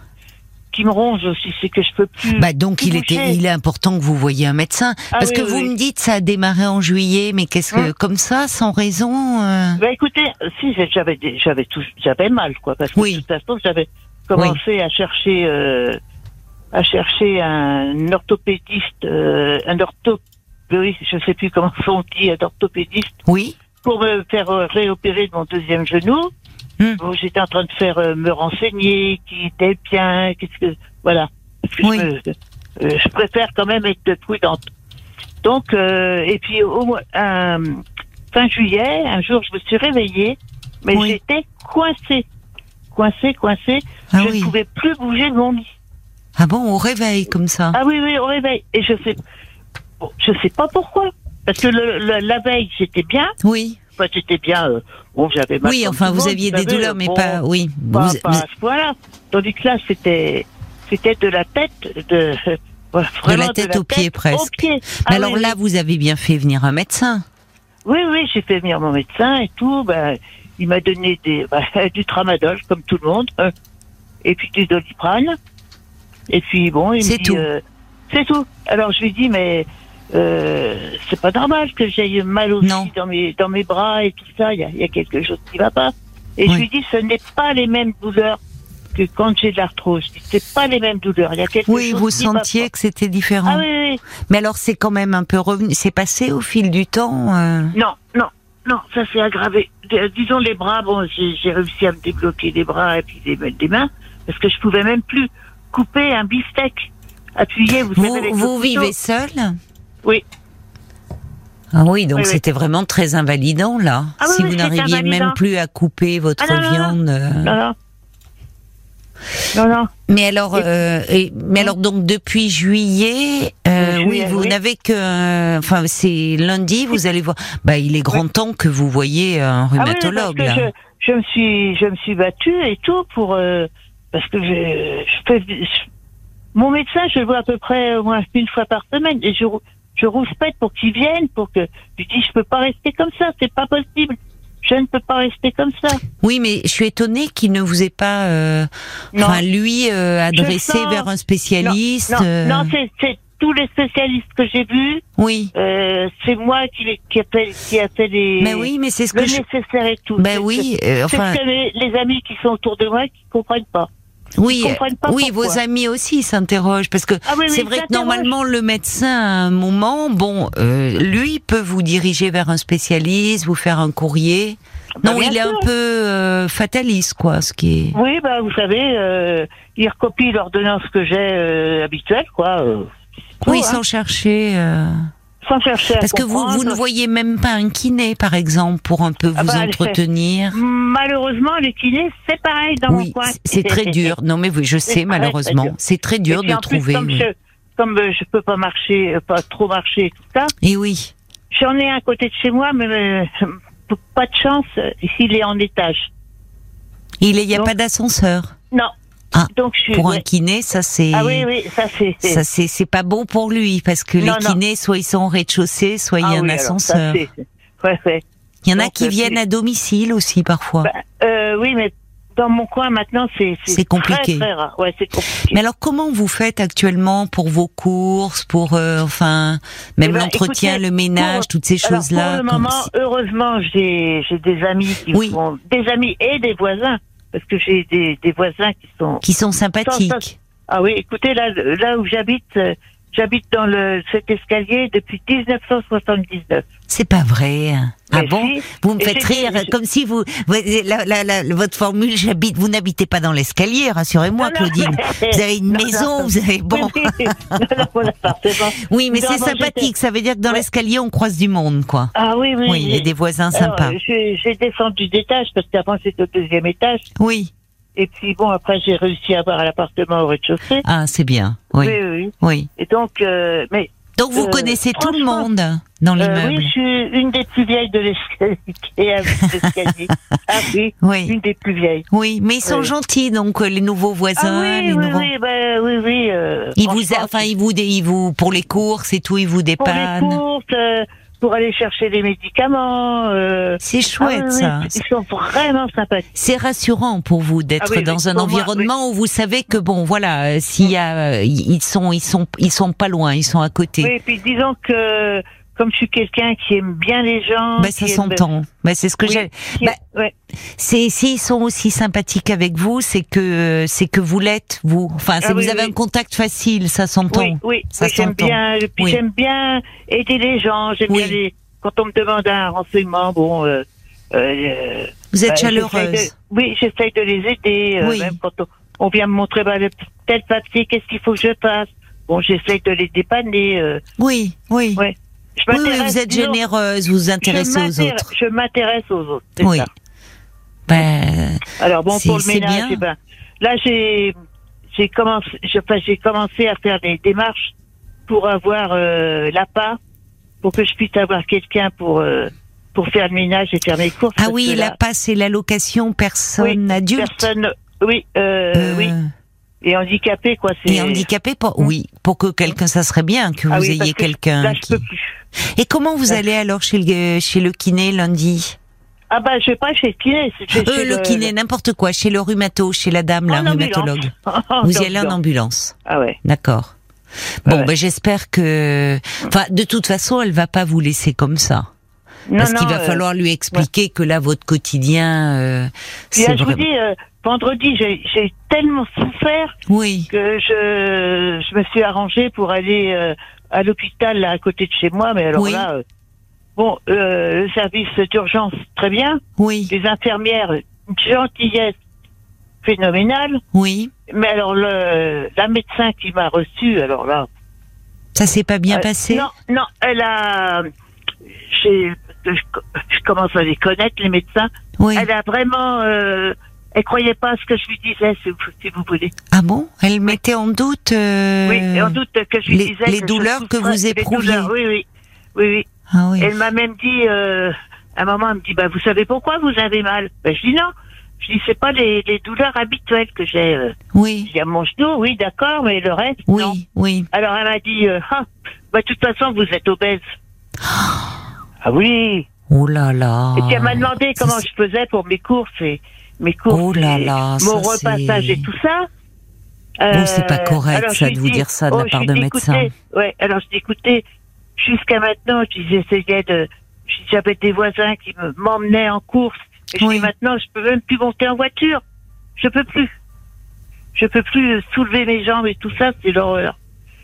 C: qui me ronge aussi, c'est que je peux plus.
B: Bah donc il était,
C: bouger.
B: il est important que vous voyiez un médecin
C: Ah
B: parce
C: oui,
B: que
C: oui,
B: vous
C: oui.
B: me dites ça a démarré en juillet, mais qu'est-ce que
C: Hum.
B: comme ça sans raison euh,
C: Bah écoutez, si j'avais des- j'avais tout j'avais mal quoi parce que
B: Oui.
C: de toute façon j'avais commencé à chercher euh, à chercher un orthopédiste euh, un ortho oui je sais plus comment on dit un orthopédiste
B: Oui,
C: pour me faire euh, réopérer de mon deuxième genou.
B: Hmm.
C: Bon, j'étais en train de faire euh, me renseigner qui était bien qu'est-ce que voilà Parce que
B: Oui.
C: je, me- euh, je préfère quand même être prudente. Donc, euh, et puis au mois- euh, fin juillet, un jour, je me suis réveillée, mais
B: Oui.
C: j'étais coincée, coincée, coincée.
B: Ah
C: je
B: oui.
C: ne pouvais plus bouger de mon lit.
B: Ah bon, on réveille comme ça.
C: Ah oui, oui, au réveil. Et je sais, bon, je sais pas pourquoi. Parce que le- le- la veille, j'étais bien.
B: Oui.
C: Enfin, j'étais bien. euh, bon, j'avais mal
B: Oui,
C: comme
B: enfin,
C: tout le
B: vous
C: monde,
B: aviez des
C: savez,
B: douleurs, mais
C: bon,
B: pas. Oui.
C: pas-
B: Vous-
C: pas à ce point-là. Tandis que là, c'était, c'était de la tête, de, voilà, vraiment
B: tête aux pieds, presque.
C: pieds. Ah
B: Mais alors
C: oui,
B: là, vous avez bien fait venir un médecin.
C: Oui, oui, j'ai fait venir mon médecin et tout. Ben, il m'a donné des, ben, du tramadol, comme tout le monde, hein, et puis du doliprane. Et puis, bon, il me
B: C'est
C: dit...
B: tout.
C: euh, c'est tout. Alors, je lui dis, mais euh, c'est pas normal que j'aille mal aussi
B: Non.
C: dans mes, dans mes bras et tout ça. Il y a, il y a quelque chose qui va pas. Et
B: Oui.
C: je lui dis, ce n'est pas les mêmes douleurs que quand j'ai de l'arthrose. C'est pas les mêmes douleurs. Il y a quelque
B: Oui,
C: chose
B: vous
C: qui va pas.
B: sentiez que c'était différent.
C: Ah oui, oui, oui.
B: Mais alors, c'est quand même un peu revenu. C'est passé au fil du temps. euh,
C: Non, non, non, ça s'est aggravé. D- euh, disons les bras, bon, j'ai j'ai réussi à me débloquer des bras et puis des, des mains, parce que je pouvais même plus couper un bistec. Appuyer, vous, savez,
B: Vous,
C: avec le
B: vous
C: couteau.
B: vivez seul
C: Oui.
B: Ah oui, donc
C: Oui, oui.
B: c'était vraiment très invalidant là.
C: Ah oui,
B: si
C: oui,
B: vous
C: c'est
B: n'arriviez même
C: invalidant.
B: plus à couper votre
C: Ah non, non,
B: viande. euh.
C: Non, non. Non, non.
B: Mais alors,
C: Et-
B: euh, et- mais alors donc depuis juillet, euh,
C: Depuis
B: oui,
C: juillet,
B: vous
C: oui.
B: n'avez que, euh, enfin c'est lundi, vous allez voir. Bah, il est grand temps que vous voyez un
C: Ah oui, parce
B: rhumatologue.
C: que
B: là.
C: je, je me suis, je me suis battue et tout pour euh, parce que je, je fais- je- mon médecin, je le vois à peu près au moins une fois par semaine et je, rou- je rouspète pour qu'il vienne, pour que je dis je peux pas rester comme ça, c'est pas possible. Je ne peux pas rester comme ça.
B: Oui, mais je suis étonnée qu'il ne vous ait pas, euh,
C: Non.
B: enfin lui, euh, adressé
C: sens-
B: vers un spécialiste.
C: Non,
B: euh,
C: non, c'est, c'est tous les spécialistes que j'ai vus.
B: oui.
C: euh, c'est moi qui, les- qui, a fait, qui a fait les,
B: Mais oui, mais c'est ce
C: le
B: que je.
C: nécessaire et tout.
B: Ben
C: C'est-
B: oui, euh,
C: c'est
B: enfin,
C: ce que mes- les amis qui sont autour de moi qui comprennent pas.
B: oui,
C: Ils comprennent pas
B: euh, oui,
C: pourquoi.
B: vos amis aussi s'interrogent parce que
C: Ah oui, oui,
B: c'est vrai
C: ils
B: que
C: s'interrogent.
B: normalement le médecin à un moment, bon, euh, lui peut vous diriger vers un spécialiste, vous faire un courrier.
C: Bah,
B: non,
C: bien
B: il est un
C: sûr.
B: peu euh, fataliste quoi, ce qui est.
C: Oui, bah vous savez, euh, ils recopient l'ordonnance que j'ai euh, habituelle, quoi. euh, c'est
B: Oui,
C: tout, hein,
B: sans chercher. euh,
C: sans chercher à
B: Parce que vous, vous ne
C: comprendre.
B: voyez même pas un kiné, par exemple, pour un peu vous
C: Ah bah, elle fait-
B: entretenir.
C: Malheureusement, les kinés, c'est pareil dans
B: Oui,
C: mon coin.
B: c'est- c'est très dur. Non, mais oui, je sais,
C: très, très
B: malheureusement.
C: dur.
B: C'est très
C: Et
B: dur
C: puis,
B: de
C: en plus,
B: trouver.
C: Comme,
B: oui.
C: je, comme euh, je peux pas marcher, euh, pas trop marcher, et tout ça.
B: Et oui.
C: J'en ai un à côté de chez moi, mais euh, pour pas de chance, euh, il est en étage.
B: Il n'y a
C: Donc-
B: pas d'ascenseur.
C: Non.
B: Ah,
C: Donc je suis.
B: Pour un
C: ouais.
B: kiné, ça c'est.
C: Ah oui, oui, ça c'est. c'est-
B: Ça c'est c'est pas bon pour lui parce que
C: Non,
B: les
C: non.
B: kinés soit ils sont au rez-de-chaussée soit il
C: ah
B: y a un
C: oui, alors, ça,
B: ascenseur.
C: c'est- Ouais, ouais.
B: Il y en a
C: Donc,
B: qui
C: euh,
B: viennent
C: c'est-
B: à domicile aussi parfois.
C: Bah, euh, oui, mais dans mon coin maintenant, c'est
B: C'est compliqué.
C: Très, très rare. Ouais, c'est compliqué.
B: Mais alors comment vous faites actuellement pour vos courses, pour euh, enfin même
C: Eh ben,
B: l'entretien,
C: écoutez,
B: le ménage,
C: pour-
B: toutes ces
C: Alors,
B: choses là.
C: Pour le moment, heureusement, j'ai j'ai des amis qui
B: Oui.
C: sont des amis et des voisins parce que j'ai des, des voisins qui sont
B: Qui sont sympathiques.
C: ah oui écoutez là là où j'habite euh, j'habite dans le cet escalier depuis 1979
B: C'est pas vrai. Ah
C: Mais
B: bon
C: si,
B: Vous me
C: Et
B: faites
C: c'est-
B: rire,
C: c'est-
B: comme si vous, vous- la- la- la- votre formule, j'habite, vous n'habitez pas dans l'escalier, rassurez-moi,
C: Non, non,
B: Claudine.
C: mais-
B: Vous avez une
C: Non, non.
B: maison, vous avez bon.
C: Oui, oui. Non, non, voilà, forcément.
B: Oui, mais
C: Non,
B: c'est
C: avant, j'étais-
B: sympathique. Ça veut dire que dans
C: Ouais.
B: l'escalier, on croise du monde, quoi.
C: ah oui oui Ah,
B: Oui, il y a des voisins
C: Alors,
B: sympas.
C: j'ai j'ai descendu d'étage parce qu'avant j'étais au deuxième étage
B: Oui.
C: et puis bon après j'ai réussi à avoir un appartement au rez-de-chaussée
B: Ah, c'est bien. Oui, oui.
C: oui oui et donc euh, mais
B: Donc vous
C: Euh,
B: connaissez tout le
C: franchement,
B: monde dans
C: Euh,
B: l'immeuble.
C: oui, je suis une des plus vieilles de l'escalier. Ah de l'escalier. ah oui,
B: oui.
C: une des plus vieilles.
B: Oui, mais ils sont
C: Oui.
B: gentils, donc euh, les nouveaux voisins,
C: Ah oui,
B: les
C: oui,
B: nouveaux.
C: oui, bah, oui, oui. euh,
B: Ils vous,
C: franchement,
B: enfin, ils vous, dé- ils vous, pour les courses et tout, ils vous
C: pour les
B: dépannent.
C: courses, euh, pour aller chercher des médicaments. euh,
B: C'est chouette,
C: ah oui, oui,
B: ça.
C: Ils sont vraiment sympathiques.
B: C'est rassurant pour vous d'être
C: Ah oui, oui,
B: dans un
C: pour moi,
B: environnement où vous savez que bon, voilà, euh, s'il y a, euh, ils sont, ils sont, ils sont pas loin, ils sont à côté.
C: Oui, et puis disons que euh, comme je suis quelqu'un qui aime bien les gens,
B: Ben, ça
C: qui aime-
B: s'entend. Ben, c'est ce que
C: Oui.
B: j'ai.
C: qui-
B: Bah,
C: ouais.
B: C'est s'ils sont aussi sympathiques avec vous, c'est que c'est que vous l'êtes vous. Enfin, c'est
C: Ah
B: vous
C: oui,
B: avez
C: oui.
B: un contact facile, ça s'entend.
C: Oui, oui,
B: Ça
C: oui, j'aime
B: s'entend.
C: bien. et Puis
B: Oui.
C: j'aime bien aider les gens. J'aime
B: Oui.
C: bien les- quand on me demande un renseignement, bon. euh,
B: Vous
C: euh,
B: êtes
C: Bah, j'essaye
B: chaleureuse.
C: de- oui, j'essaye de les aider. euh,
B: Oui.
C: Même quand on, on vient me montrer bah, le- tel papier, qu'est-ce qu'il faut que je fasse Bon, j'essaye de les dépanner. euh,
B: Oui, oui.
C: Ouais. Je
B: Oui, oui,
C: m'intéresse,
B: vous êtes
C: disons,
B: généreuse, vous vous
C: je
B: intéressez aux
C: m'intéresse-
B: autres.
C: Je m'intéresse aux autres. c'est
B: Oui.
C: ça.
B: Ben,
C: Alors bon,
B: C'est-
C: pour le
B: c'est
C: ménage,
B: bien.
C: eh ben, là j'ai j'ai commencé, j'ai enfin, j'ai commencé à faire des démarches pour avoir euh, l'appart, pour que je puisse avoir quelqu'un pour euh, pour faire le ménage et faire mes courses.
B: ah
C: parce
B: oui,
C: que
B: la
C: là,
B: passe et l'allocation personne adulte.
C: personne, oui, euh,
B: Euh,
C: oui, et handicapé quoi. c'est-
B: Et handicapé, pour... oui, pour que quelqu'un, ça serait bien que vous
C: Ah oui, parce
B: ayez
C: que Là
B: quelqu'un.
C: je
B: Qui...
C: peux plus.
B: Et comment vous
C: Là,
B: allez alors chez le, chez le kiné lundi
C: Ah bah je vais pas chez le Oh, kiné. c'est- c'est
B: Euh,
C: chez
B: le kiné, n'importe quoi, chez le rhumato, chez la dame, la
C: En ambulance.
B: rhumatologue.
C: En
B: Vous y allez en ambulance.
C: ambulance. Ah ouais.
B: D'accord. Bon,
C: Ouais.
B: ben j'espère que. Enfin, de toute façon, elle va pas vous laisser comme ça,
C: Non,
B: parce qu'il
C: non,
B: va
C: euh,
B: falloir lui expliquer que là, votre quotidien, euh,
C: puis là,
B: c'est
C: je vous
B: vraiment.
C: dis, euh, vendredi, j'ai j'ai tellement souffert
B: Oui.
C: que je, je me suis arrangée pour aller euh, à l'hôpital là, à côté de chez moi, mais alors
B: Oui.
C: là, euh, bon, euh, le service d'urgence, très bien,
B: Oui.
C: les infirmières, une gentillesse phénoménale,
B: Oui.
C: mais alors le, la médecin qui m'a reçue, alors là...
B: Ça s'est pas bien
C: euh,
B: passé.
C: Non, non, elle a... j'ai- Je, je commence à les connaître, les médecins.
B: Oui.
C: Elle a vraiment... Euh, elle croyait pas à ce que je lui disais, si vous, si vous voulez.
B: Ah bon Elle mettait en doute. euh,
C: Oui, et en doute que je lui
B: les-
C: disais
B: les
C: que je
B: douleurs que
C: souffrais-
B: vous
C: les
B: éprouviez.
C: douleurs, oui, oui, oui, oui.
B: Ah oui.
C: Elle m'a même dit, euh, à un moment, elle me dit, bah, vous savez pourquoi vous avez mal ben, Je dis non. Je dis, c'est pas les, les douleurs habituelles que j'ai. euh.
B: Oui.
C: Il y a mon genou, oui, d'accord, mais le reste,
B: Oui.
C: non.
B: Oui.
C: Alors elle m'a dit, euh, ah, bah, de toute façon, vous êtes obèse. ah oui.
B: Oh là là.
C: Et puis elle m'a demandé
B: ça,
C: comment
B: c'est-
C: je faisais pour mes courses et mes courses,
B: Oh là
C: et
B: là,
C: mon
B: ça,
C: repassage
B: c'est-
C: et tout ça. Euh,
B: Oh, c'est pas correct,
C: alors,
B: ça,
C: je lui
B: de vous
C: dis, oh,
B: dire ça de la
C: je
B: part
C: lui
B: de
C: dis,
B: médecin.
C: écoutez, Ouais, alors je dis, écoutez, jusqu'à maintenant, je dis, j'essayais de. je dis, J'avais des voisins qui me- m'emmenaient en course. Et je
B: Oui.
C: dis, maintenant, je peux même plus monter en voiture. Je peux plus. Je peux plus euh, soulever mes jambes et tout ça, c'est l'horreur.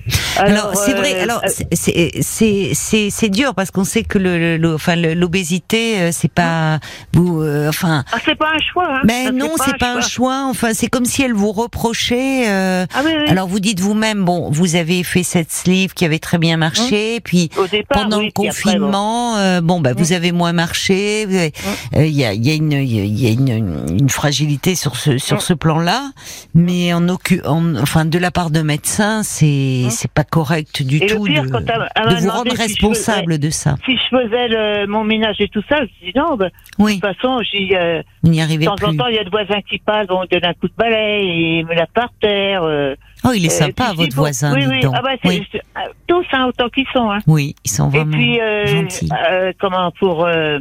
B: Alors, c'est
C: euh,
B: vrai. Alors
C: euh,
B: c'est- c'est c'est c'est c'est dur parce qu'on sait que le, le- le- enfin le- l'obésité euh, c'est pas vous euh, enfin.
C: ah, c'est pas un choix. Hein.
B: Mais
C: Ça,
B: non, c'est pas un choix. Enfin, c'est comme si elle vous reprochait. euh,
C: Ah oui, oui.
B: Alors vous dites vous-même, bon, vous avez fait cette sleeve qui avait très
C: Hein.
B: bien marché, puis
C: Au départ,
B: pendant
C: oui,
B: le
C: puis après, bon. Mm.
B: confinement, euh, bon, bah, vous avez moins marché. vous avez- euh, Il y, a, il y a une, il y a une, une fragilité sur ce sur
C: Mm.
B: ce plan-là, mais en, occu- en- enfin de la part de médecins, c'est c'est pas correct du
C: Mm. Et le
B: tout
C: pire,
B: de,
C: quand elle- elle
B: de
C: m'a
B: vous
C: demandé
B: rendre
C: si je
B: responsable de ça.
C: si je faisais le- mon ménage et tout ça, je dis non, ben, de
B: Oui,
C: toute façon, j'y, euh,
B: vous n'y
C: de
B: arrivez
C: temps en
B: plus.
C: temps, il y a des voisins qui passent, on donne un coup de balai, et ils me la par terre. euh,
B: Oh, il est
C: Euh,
B: sympa
C: puis
B: votre
C: bon,
B: voisin,
C: Oui,
B: dis
C: oui.
B: donc.
C: Ah bah, c'est-
B: oui,
C: c'est- ah, tous, hein, autant qu'ils sont. Hein.
B: oui, ils sont
C: Et
B: vraiment
C: puis, euh,
B: gentils.
C: euh, comment, pour, euh,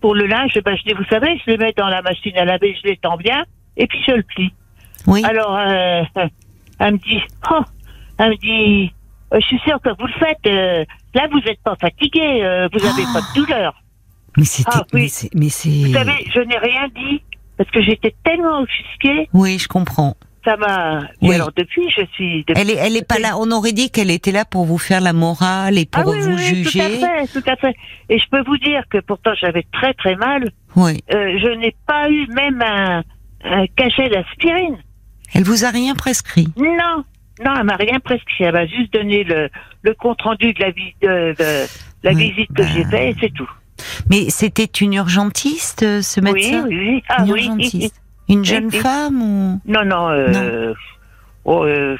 C: pour le linge, bah, je dis, vous savez, je le mets dans la machine à laver, je l'étends bien, et puis je le plie.
B: Oui,
C: Alors, euh, elle me dit, oh, elle me dit, euh, je suis sûre que vous le faites. euh, là, vous n'êtes pas fatigué, euh, vous n'avez
B: Ah.
C: pas de douleur.
B: mais c'était,
C: ah, oui.
B: mais c'est, mais c'est.
C: Vous savez, je n'ai rien dit, parce que j'étais tellement offusquée,
B: Oui, je comprends.
C: ça m'a...
B: Oui. Eh,
C: Et alors, depuis, je suis... depuis-
B: Elle est, elle est pas là. On aurait dit qu'elle était là pour vous faire la morale et pour
C: Ah oui,
B: vous
C: oui, oui,
B: juger.
C: Tout à fait, tout à fait. Et je peux vous dire que pourtant j'avais très très mal.
B: Oui.
C: Euh, je n'ai pas eu même un, un cachet d'aspirine.
B: Elle vous a rien prescrit.
C: Non, non, elle m'a rien prescrit. Elle m'a juste donné le, le compte rendu de la, vi- de, de- la
B: Oui,
C: visite que
B: bah,
C: j'ai faite et c'est tout.
B: Mais c'était une urgentiste, euh, ce
C: Oui,
B: médecin.
C: oui, oui. Ah
B: une
C: oui. hi, hi.
B: urgentiste. Une jeune
C: oui.
B: femme ou.
C: Non, non. Euh, oh, euh,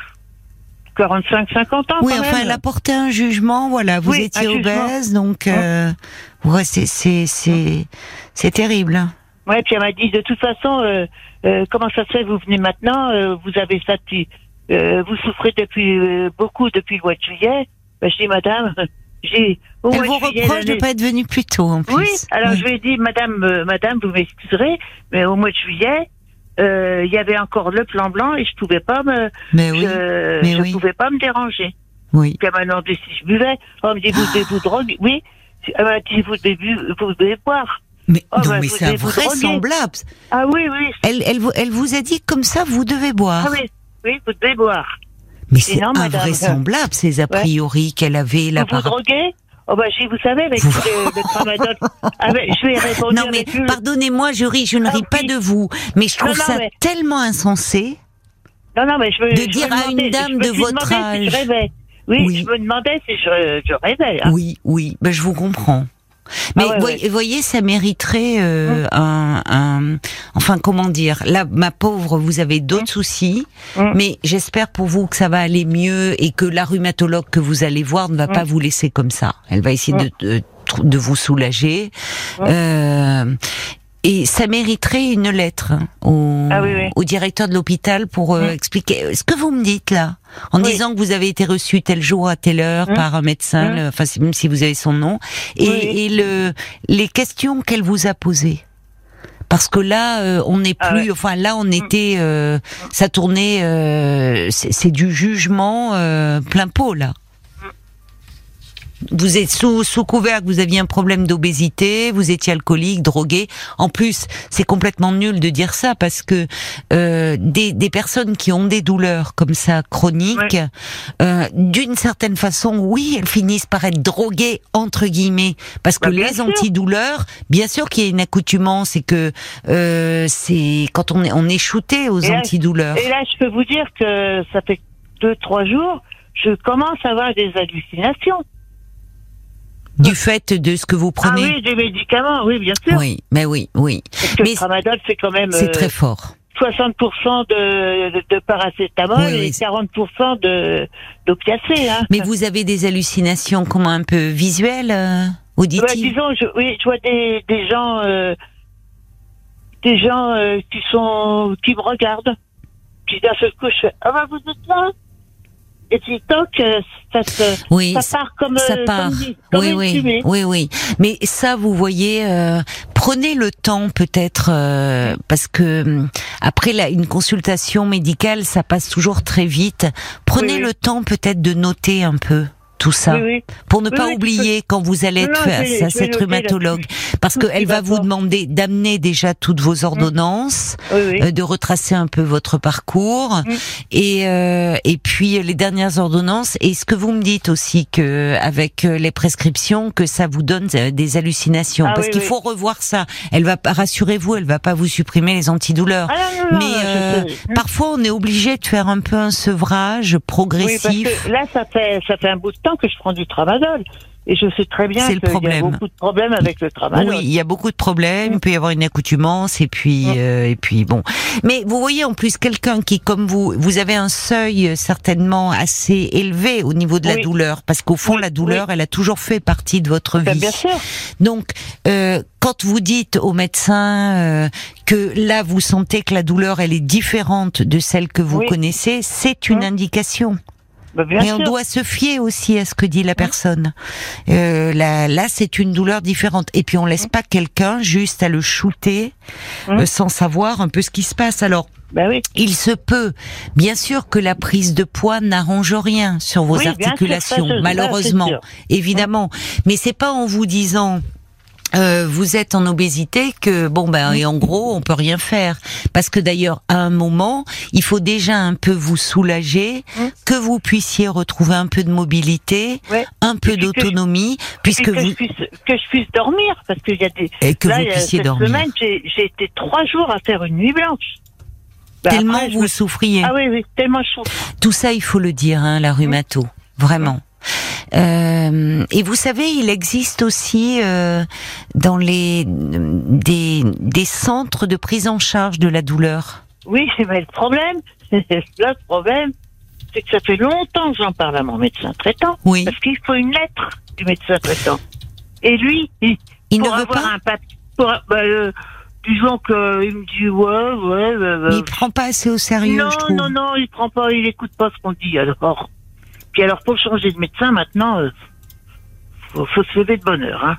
C: 45, 50 ans
B: Oui,
C: quand
B: enfin,
C: même.
B: elle a porté un jugement. Voilà, vous
C: Ah, Oui,
B: étiez
C: un jugement. Ah.
B: obèse, donc euh, ouais, c'est, c'est, c'est, c'est terrible. hein.
C: Ouais, puis elle m'a dit de toute façon, euh, euh, comment ça se fait Vous venez maintenant euh, Vous avez ça depuis, euh, vous souffrez depuis euh, beaucoup depuis le mois de juillet. Ben, je dis madame, j'ai au
B: Elle
C: mois de
B: vous
C: juillet,
B: reproche de
C: l'année-
B: pas être venue plus tôt, en plus.
C: Oui. Alors
B: Oui.
C: je lui ai dit madame, euh, madame, vous m'excuserez, mais au mois de juillet, euh, il y avait encore le plan blanc et je pouvais pas me,
B: Mais oui,
C: je,
B: mais
C: je
B: oui.
C: pouvais pas me déranger.
B: oui.
C: Puis elle m'a demandé si je buvais. On me dit
B: Ah.
C: vous devez vous droguer. Oui. Elle m'a dit vous devez bu- vous devez boire.
B: Mais
C: Oh,
B: non,
C: bah,
B: mais
C: vous
B: c'est
C: devez vous droguer.
B: invraisemblable.
C: Ah oui oui.
B: Elle, elle, vous- elle vous a dit comme ça, vous devez boire.
C: Ah oui oui vous devez boire.
B: Mais c'est
C: non, madame.
B: invraisemblable ces a
C: Ouais.
B: priori qu'elle avait là
C: vous
B: par
C: vous droguez Oh bah si vous savez avec
B: Vous-
C: le, le tramadol. Ah ben, je vais répondre
B: Non mais
C: avec le-
B: pardonnez-moi, je ris, je ne
C: Ah
B: ris pas
C: oui.
B: de vous, mais je
C: Non,
B: trouve
C: non,
B: ça
C: mais-
B: tellement insensé.
C: Non non mais je veux
B: de
C: je veux
B: dire à une
C: demander-
B: dame
C: je me
B: de
C: suis
B: votre
C: demandé si
B: âge.
C: je rêvais. Oui,
B: Oui.
C: je me demandais si je, je rêvais. hein.
B: Oui, oui, ben, je vous comprends. Mais
C: Ah ouais,
B: voy-
C: ouais. Hum.
B: voyez, ça mériterait euh, un, un- Enfin, comment dire Là, ma pauvre, vous avez d'autres
C: Hum.
B: soucis,
C: Mm.
B: mais j'espère pour vous que ça va aller mieux et que la rhumatologue que vous allez voir
C: Hum.
B: ne va pas vous laisser comme ça. Elle va essayer de, de, tr- de vous soulager.
C: Mm.
B: Euh, et ça mériterait une lettre hein, au,
C: Ah oui, oui.
B: au directeur de l'hôpital pour euh,
C: Mm.
B: expliquer ce que vous me dites là, en
C: Oui.
B: disant que vous avez été reçu tel jour à telle heure
C: Mm.
B: par un médecin,
C: Mm.
B: le- enfin si- même si vous avez son nom, et,
C: Oui.
B: et le, les questions qu'elle vous a posées. Parce que là, euh, on n'est plus.
C: Ah ouais.
B: Enfin, là, on était. euh, ça tournait. euh, c'est c'est du jugement euh, plein pot là. Vous êtes sous, sous couvert que vous aviez un problème d'obésité, vous étiez alcoolique, drogué. En plus, c'est complètement nul de dire ça parce que euh, des, des personnes qui ont des douleurs comme ça chroniques, euh, d'une certaine façon, oui, elles finissent par être droguées entre guillemets parce que
C: Bah, bien
B: les
C: sûr.
B: antidouleurs, bien sûr qu'il y a une accoutumance et que euh, c'est quand on est on est shooté aux
C: Et là,
B: antidouleurs.
C: Et là, je peux vous dire que ça fait deux, trois jours, je commence à avoir des hallucinations.
B: Du fait de ce que vous
C: Ah
B: prenez.
C: oui, des médicaments, oui, bien sûr.
B: oui, mais oui, oui,
C: Parce que
B: Mais
C: le tramadol, c'est quand même
B: c'est
C: euh,
B: très fort.
C: 60% de, de, de paracétamol
B: Oui, oui,
C: et
B: c'est-
C: 40% de d'opiacés. Hein.
B: Mais vous avez des hallucinations comment un peu visuelles,
C: Bah,
B: euh,
C: Ouais,
B: auditives
C: disons, je, oui, je vois des, des gens, euh, des gens euh, qui sont, qui me regardent. Puis d'un seul coup, je fais ah bah, vous êtes là. Et puis toc, euh, ça se,
B: Oui,
C: ça part comme
B: ça
C: euh,
B: part.
C: comme, une- comme
B: oui,
C: une
B: oui,
C: fumée.
B: oui, oui. Mais ça, vous voyez, euh, prenez le temps peut-être euh, parce que hum, après la, une consultation médicale, ça passe toujours très vite. Prenez
C: Oui, oui.
B: le temps peut-être de noter un peu tout ça
C: Oui, oui.
B: pour ne
C: Oui,
B: pas
C: oui, tu
B: oublier quand vous allez
C: Non,
B: être
C: non, je
B: face
C: vais-
B: à
C: je vais
B: cette
C: noter là-dessus.
B: rhumatologue parce
C: Tout ce
B: qu'elle
C: qui
B: va
C: va
B: vous
C: pas. Hum.
B: demander d'amener déjà toutes vos ordonnances
C: Oui, oui.
B: euh, de retracer un peu votre parcours
C: Mm.
B: et euh, et puis euh, les dernières ordonnances et ce que vous me dites aussi que avec euh, les prescriptions que ça vous donne euh, des hallucinations
C: Ah
B: parce
C: oui,
B: qu'il
C: oui.
B: faut revoir ça. Elle va pas- rassurez-vous, elle va pas vous supprimer les antidouleurs.
C: Ah, non, non, non,
B: mais, euh,
C: je sais.
B: Parfois, on est obligé de faire un peu un sevrage
C: Oui, parce
B: progressif.
C: que là, ça fait, ça fait un bout de temps que je prends du tramadol. Et je sais très bien
B: C'est le
C: qu'il y a
B: problème.
C: beaucoup de problèmes avec le tramadol.
B: oui, il y a beaucoup de problèmes, il
C: Mm.
B: peut y avoir une accoutumance et puis
C: Mm.
B: euh, et puis bon. Mais vous voyez en plus quelqu'un qui comme vous, vous avez un seuil euh, certainement assez élevé au niveau de la
C: Oui.
B: douleur parce qu'au fond
C: Oui,
B: la douleur, elle a toujours fait partie de votre
C: Ben,
B: vie.
C: bien sûr.
B: Donc euh, quand vous dites au médecin euh, que là vous sentez que la douleur elle est différente de celle que vous
C: Oui.
B: connaissez, c'est une
C: Mm.
B: indication.
C: Ben, bien
B: Mais on
C: sûr.
B: doit se fier aussi à ce que dit la personne. Euh, là, là, c'est une douleur différente. Et puis on laisse pas quelqu'un juste à le shooter
C: Mm.
B: euh, sans savoir un peu ce qui se passe. Alors.
C: Ben oui.
B: Il se peut, bien sûr, que la prise de poids n'arrange rien sur vos
C: Oui, bien sûr, ça,
B: articulations,
C: je- ça, c'est
B: malheureusement,
C: sûr.
B: évidemment. Mais c'est pas en vous disant euh, vous êtes en obésité que bon ben et en gros on peut rien faire parce que d'ailleurs à un moment il faut déjà un peu vous soulager
C: Mm.
B: que vous puissiez retrouver un peu de mobilité
C: Ouais.
B: un peu
C: Et puis que-
B: d'autonomie
C: Puis
B: puisque
C: que,
B: vous
C: je puisse, que je puisse dormir, parce qu'il y a des.
B: et que
C: là,
B: vous
C: il y a-
B: puissiez
C: cette
B: dormir
C: semaine, j'ai j'ai été trois jours à faire une nuit blanche. Ben,
B: tellement
C: après, je
B: vous
C: me-
B: souffriez
C: Ah oui, oui, tellement je souffre.
B: Tout ça, il faut le dire, hein, la rhumato, vraiment. Euh, et vous savez, il existe aussi euh, dans les des, des centres de prise en charge de la douleur.
C: Oui, mais le problème, le problème, c'est que ça fait longtemps que j'en parle à mon médecin traitant,
B: Oui,
C: parce qu'il faut une lettre du médecin traitant. Et lui, il,
B: il
C: pour
B: ne veut
C: avoir
B: pas.
C: un papier, pour, bah, euh, disons qu'il me dit ouais, ouais, ouais, ouais.
B: Il prend pas assez au sérieux,
C: euh, non,
B: je trouve.
C: non, non, il prend pas, il écoute pas ce qu'on dit. Alors, puis alors pour changer de médecin maintenant, euh, faut, faut se lever de bonne heure. Hein.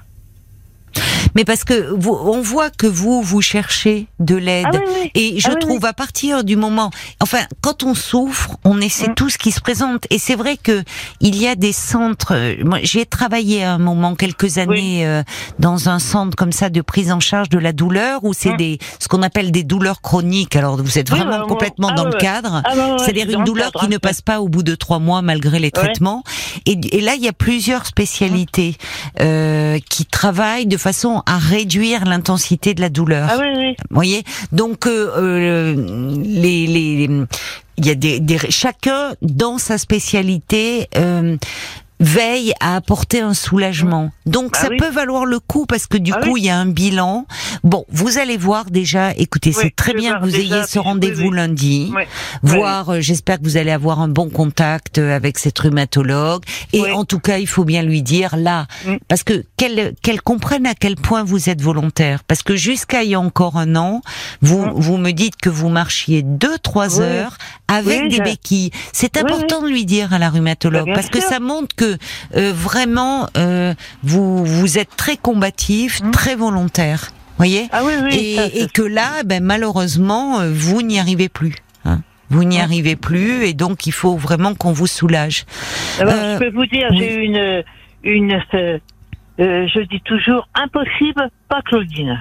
B: Mais parce que vous, on voit que vous vous cherchez de l'aide.
C: Ah oui, oui.
B: Et je
C: Ah oui,
B: trouve à partir du moment, enfin, quand on souffre, on essaie
C: Mm.
B: tout ce qui se présente. Et c'est vrai que il y a des centres. euh, Moi, j'ai travaillé à un moment, quelques années, euh, dans un centre comme ça de prise en charge de la douleur, où c'est
C: Mm.
B: des, ce qu'on appelle des douleurs chroniques. Alors, vous êtes
C: Oui,
B: vraiment
C: bah, moi-
B: complètement
C: ah
B: dans le
C: ouais.
B: cadre.
C: Ah, bah, ouais,
B: C'est-à-dire une
C: c'est dans le
B: douleur
C: cadre,
B: qui
C: hein,
B: ne
C: ça.
B: passe pas au bout de trois mois malgré les traitements. Et, et là, il y a plusieurs spécialités euh, qui travaillent de façon à réduire l'intensité de la douleur.
C: Ah oui, oui.
B: Vous voyez Donc, euh, euh, les, les- il y a y a des, des- chacun dans sa spécialité. euh, veille à apporter un soulagement. Donc
C: Bah
B: ça
C: oui.
B: peut valoir le coup parce que du
C: Ah
B: coup il y a un bilan. Bon, vous allez voir déjà, écoutez,
C: Oui,
B: c'est très
C: je vais
B: bien
C: voir
B: que vous
C: déjà,
B: ayez
C: puis je-
B: ce
C: oui,
B: rendez-vous
C: oui.
B: lundi.
C: Oui.
B: Voir, euh, j'espère que vous allez avoir un bon contact euh, avec cette rhumatologue et
C: Oui.
B: en tout cas, il faut bien lui dire là
C: Mm.
B: parce que qu'elle qu'elle comprenne à quel point vous êtes volontaire parce que jusqu'à il y a encore un an, vous
C: Mm.
B: vous me dites que vous marchiez deux trois
C: Oui.
B: heures avec
C: Oui,
B: des
C: je-
B: béquilles. C'est
C: Oui,
B: important de lui dire à la
C: Bah,
B: rhumatologue
C: bien
B: parce que
C: sûr.
B: ça montre que euh, vraiment euh, vous vous êtes très combatif,
C: Mm.
B: très volontaire. Voyez
C: Ah oui, oui. ça,
B: et, et
C: ça-
B: que là, ben, malheureusement, euh, vous n'y arrivez plus. hein. Vous
C: Ah.
B: n'y arrivez plus et donc il faut vraiment qu'on vous soulage.
C: Alors,
B: euh,
C: je peux vous dire,
B: oui.
C: j'ai eu une, une euh, euh, je dis toujours, impossible, pas Claudine.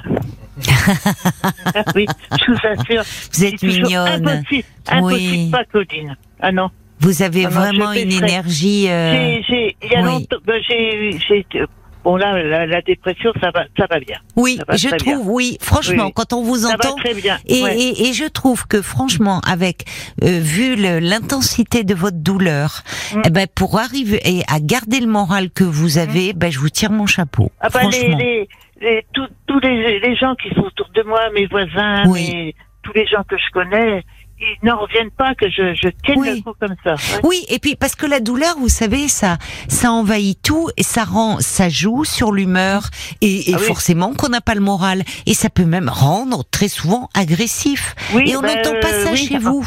C: ah oui, je vous assure.
B: Vous
C: je
B: êtes
C: dis toujours,
B: mignonne.
C: Impossible, impossible
B: Oui.
C: pas Claudine. Ah non.
B: Vous avez
C: Ah non, je
B: vraiment une
C: pêcherai.
B: énergie. euh,
C: J'ai, j'ai, il y a
B: oui.
C: longtemps, ben, j'ai, eu- j'ai, euh, bon là, la, la dépression, ça va, ça va bien.
B: oui,
C: ça va
B: je
C: très
B: trouve.
C: bien.
B: Oui, franchement,
C: Oui, oui.
B: quand on vous
C: Ça va
B: entend.
C: très bien.
B: Et,
C: ouais.
B: et, et je trouve que franchement, avec euh, vu le- l'intensité de votre douleur,
C: Mm.
B: eh ben pour arriver et à garder le moral que vous avez, ben je vous tire mon chapeau.
C: Ah bah les,
B: franchement.
C: les, les- tous- tous les, les gens qui sont autour de moi, mes voisins,
B: Oui.
C: mes- tous les gens que je connais, ils n'en reviennent pas que je, je tienne
B: Oui.
C: le coup comme ça. Ouais.
B: Oui, et puis parce que la douleur, vous savez, ça, ça envahit tout et ça rend, ça joue sur l'humeur et, et
C: Ah oui.
B: forcément qu'on n'a pas le moral et ça peut même rendre très souvent agressif.
C: Oui,
B: et on
C: bah,
B: n'entend pas ça
C: euh, oui,
B: chez
C: ça va.
B: vous.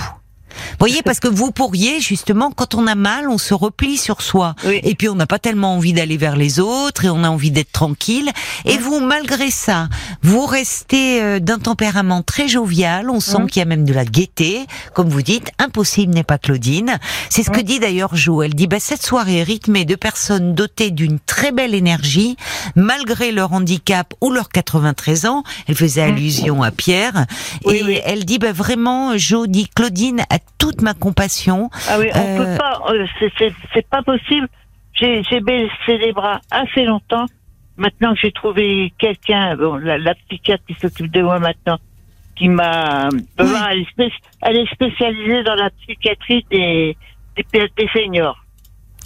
B: Voyez, parce que vous pourriez justement, quand on a mal, on se replie sur soi.
C: Oui.
B: Et puis on n'a pas tellement envie d'aller vers les autres et on a envie d'être tranquille. Et vous, malgré ça, vous restez euh, d'un tempérament très jovial. On
C: Hein.
B: sent qu'il y a même de la gaieté. Comme vous dites, impossible n'est pas Claudine. C'est ce que dit d'ailleurs Jo. Elle dit, bah, cette soirée est rythmée de personnes dotées d'une très belle énergie, malgré leur handicap ou leurs 93 ans. Elle faisait allusion à Pierre.
C: Oui,
B: et
C: oui.
B: elle dit, bah, vraiment, Jo dit, Claudine a toute ma compassion.
C: Ah oui, on
B: Euh,
C: peut pas, euh, c'est- c'est- c'est pas possible. J'ai j'ai baissé les bras assez longtemps. Maintenant que j'ai trouvé quelqu'un, bon, la, la psychiatre qui s'occupe de moi maintenant, qui m'a,
B: Oui.
C: elle, est spéc- elle est spécialisée dans la psychiatrie des des, pe- des seniors.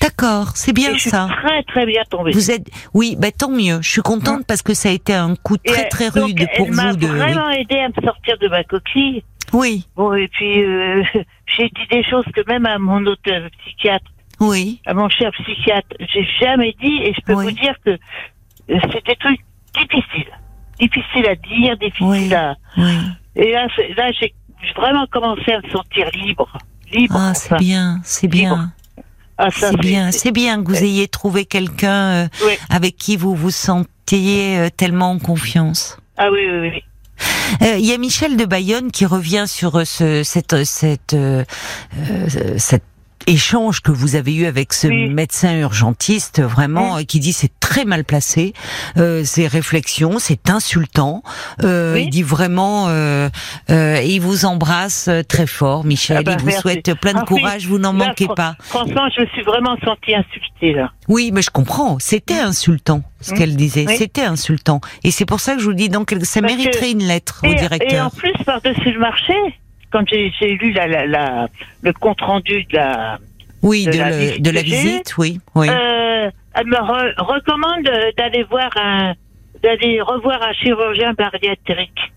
B: D'accord, c'est
C: Et
B: bien
C: je suis
B: ça.
C: très très bien tombée.
B: Vous êtes, oui, bah tant mieux. Je suis contente parce que ça a été un coup
C: Et,
B: très très
C: euh, donc,
B: rude pour
C: Elle m'a
B: vous de.
C: vraiment aidé à me sortir de ma coquille.
B: Oui,
C: Bon et puis euh, j'ai dit des choses que même à mon autre euh, psychiatre
B: oui,
C: à mon cher psychiatre, j'ai jamais dit et je peux
B: Oui.
C: vous dire que euh, c'est des trucs difficiles. Difficiles à dire, difficiles
B: Oui.
C: à.
B: oui.
C: Et là, c'est- là j'ai j'ai vraiment commencé à me sentir libre. Libre.
B: Ah, c'est
C: enfin.
B: bien, c'est
C: Libre.
B: bien,
C: Ah, ça,
B: c'est bien, c'est bien que vous ayez trouvé quelqu'un euh,
C: Oui.
B: avec qui vous vous sentiez euh, tellement en confiance.
C: Ah oui, oui, oui.
B: Euh, Il y a Michel de Bayonne qui revient sur euh, ce, cette, euh, cette, euh, euh, cette échange que vous avez eu avec ce
C: Oui.
B: médecin urgentiste, vraiment, euh, qui dit c'est très mal placé, euh, c'est réflexion, c'est insultant. Euh,
C: Oui.
B: Il dit vraiment, euh, euh, et il vous embrasse euh, très fort, Michel.
C: Ah bah,
B: il vous
C: merci.
B: souhaite plein de
C: Ah oui,
B: courage, vous n'en
C: là,
B: manquez
C: fran-
B: pas.
C: Franchement, je me suis vraiment sentie insultée, là.
B: Oui, mais je comprends. C'était insultant ce
C: Mm.
B: qu'elle disait.
C: Oui.
B: C'était insultant, et c'est pour ça que je vous dis donc ça
C: Parce que-
B: mériterait une lettre au
C: Et, et
B: directeur.
C: en plus, par-dessus le marché, quand j'ai j'ai lu la, la, la, le compte-rendu de la,
B: Oui, de,
C: de la
B: le-
C: visite
B: de la
C: que j'ai
B: visite, oui. oui.
C: Euh, elle me re- recommande euh, d'aller voir un, d'aller revoir un chirurgien bariatrique.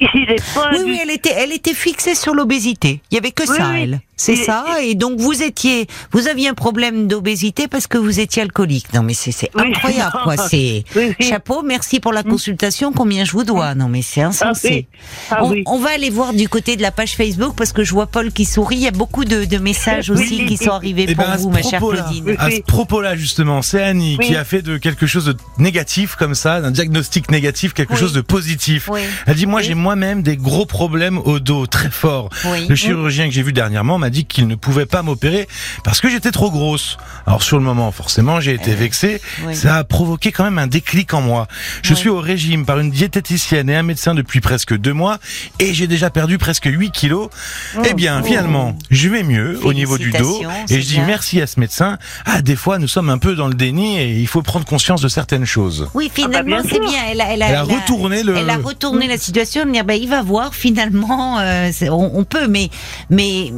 C: Il est pas
B: oui,
C: du-
B: oui, elle était, elle était fixée sur l'obésité. Il y avait que
C: Oui,
B: ça,
C: oui.
B: elle. C'est
C: Et-
B: ça. Et donc vous étiez, vous aviez un problème d'obésité parce que vous étiez alcoolique. Non, mais c'est c'est
C: Oui.
B: incroyable, quoi. C'est
C: Oui, oui.
B: chapeau. Merci pour la consultation. Combien je vous dois Non, mais c'est
C: Ah
B: insensé.
C: oui. Ah
B: on,
C: oui.
B: on va aller voir du côté de la page Facebook parce que je vois Paul qui sourit. Il y a beaucoup de, de messages
C: Oui.
B: aussi qui sont arrivés
J: Eh
B: pour
J: ben, à ce
B: vous, ma chère
J: propos-là,
B: Claudine.
C: Oui.
J: À ce propos-là, justement, c'est Annie
C: Oui.
J: qui a fait de quelque chose de négatif comme ça, d'un diagnostic négatif, quelque
B: Oui.
J: chose de positif.
B: Oui.
J: Elle dit, moi
B: Oui.
J: j'ai moi-même des gros problèmes au dos, très fort.
B: Oui.
J: Le chirurgien que j'ai vu dernièrement m'a dit qu'il ne pouvait pas m'opérer parce que j'étais trop grosse. Alors sur le moment, forcément, j'ai été vexé.
B: Eh, oui.
J: Ça a provoqué quand même un déclic en moi. Je
B: Oui.
J: suis au régime par une diététicienne et un médecin depuis presque deux mois et j'ai déjà perdu presque 8 kilos.
B: Oh.
J: Eh bien, finalement, je vais mieux au niveau du dos
B: Félicitations,
J: et
B: c'est
J: je dis
B: bien.
J: merci à ce médecin. Ah, des fois, nous sommes un peu dans le déni et il faut prendre conscience de certaines choses.
B: Oui, finalement,
C: Ah bah, bien
B: c'est
C: sûr.
B: bien. Elle a, elle a-
J: Elle a
B: elle a-
J: retourné le...
B: Elle a retourné la situation en dire, ben, il va voir finalement, euh, c'est- on, on peut, mais mais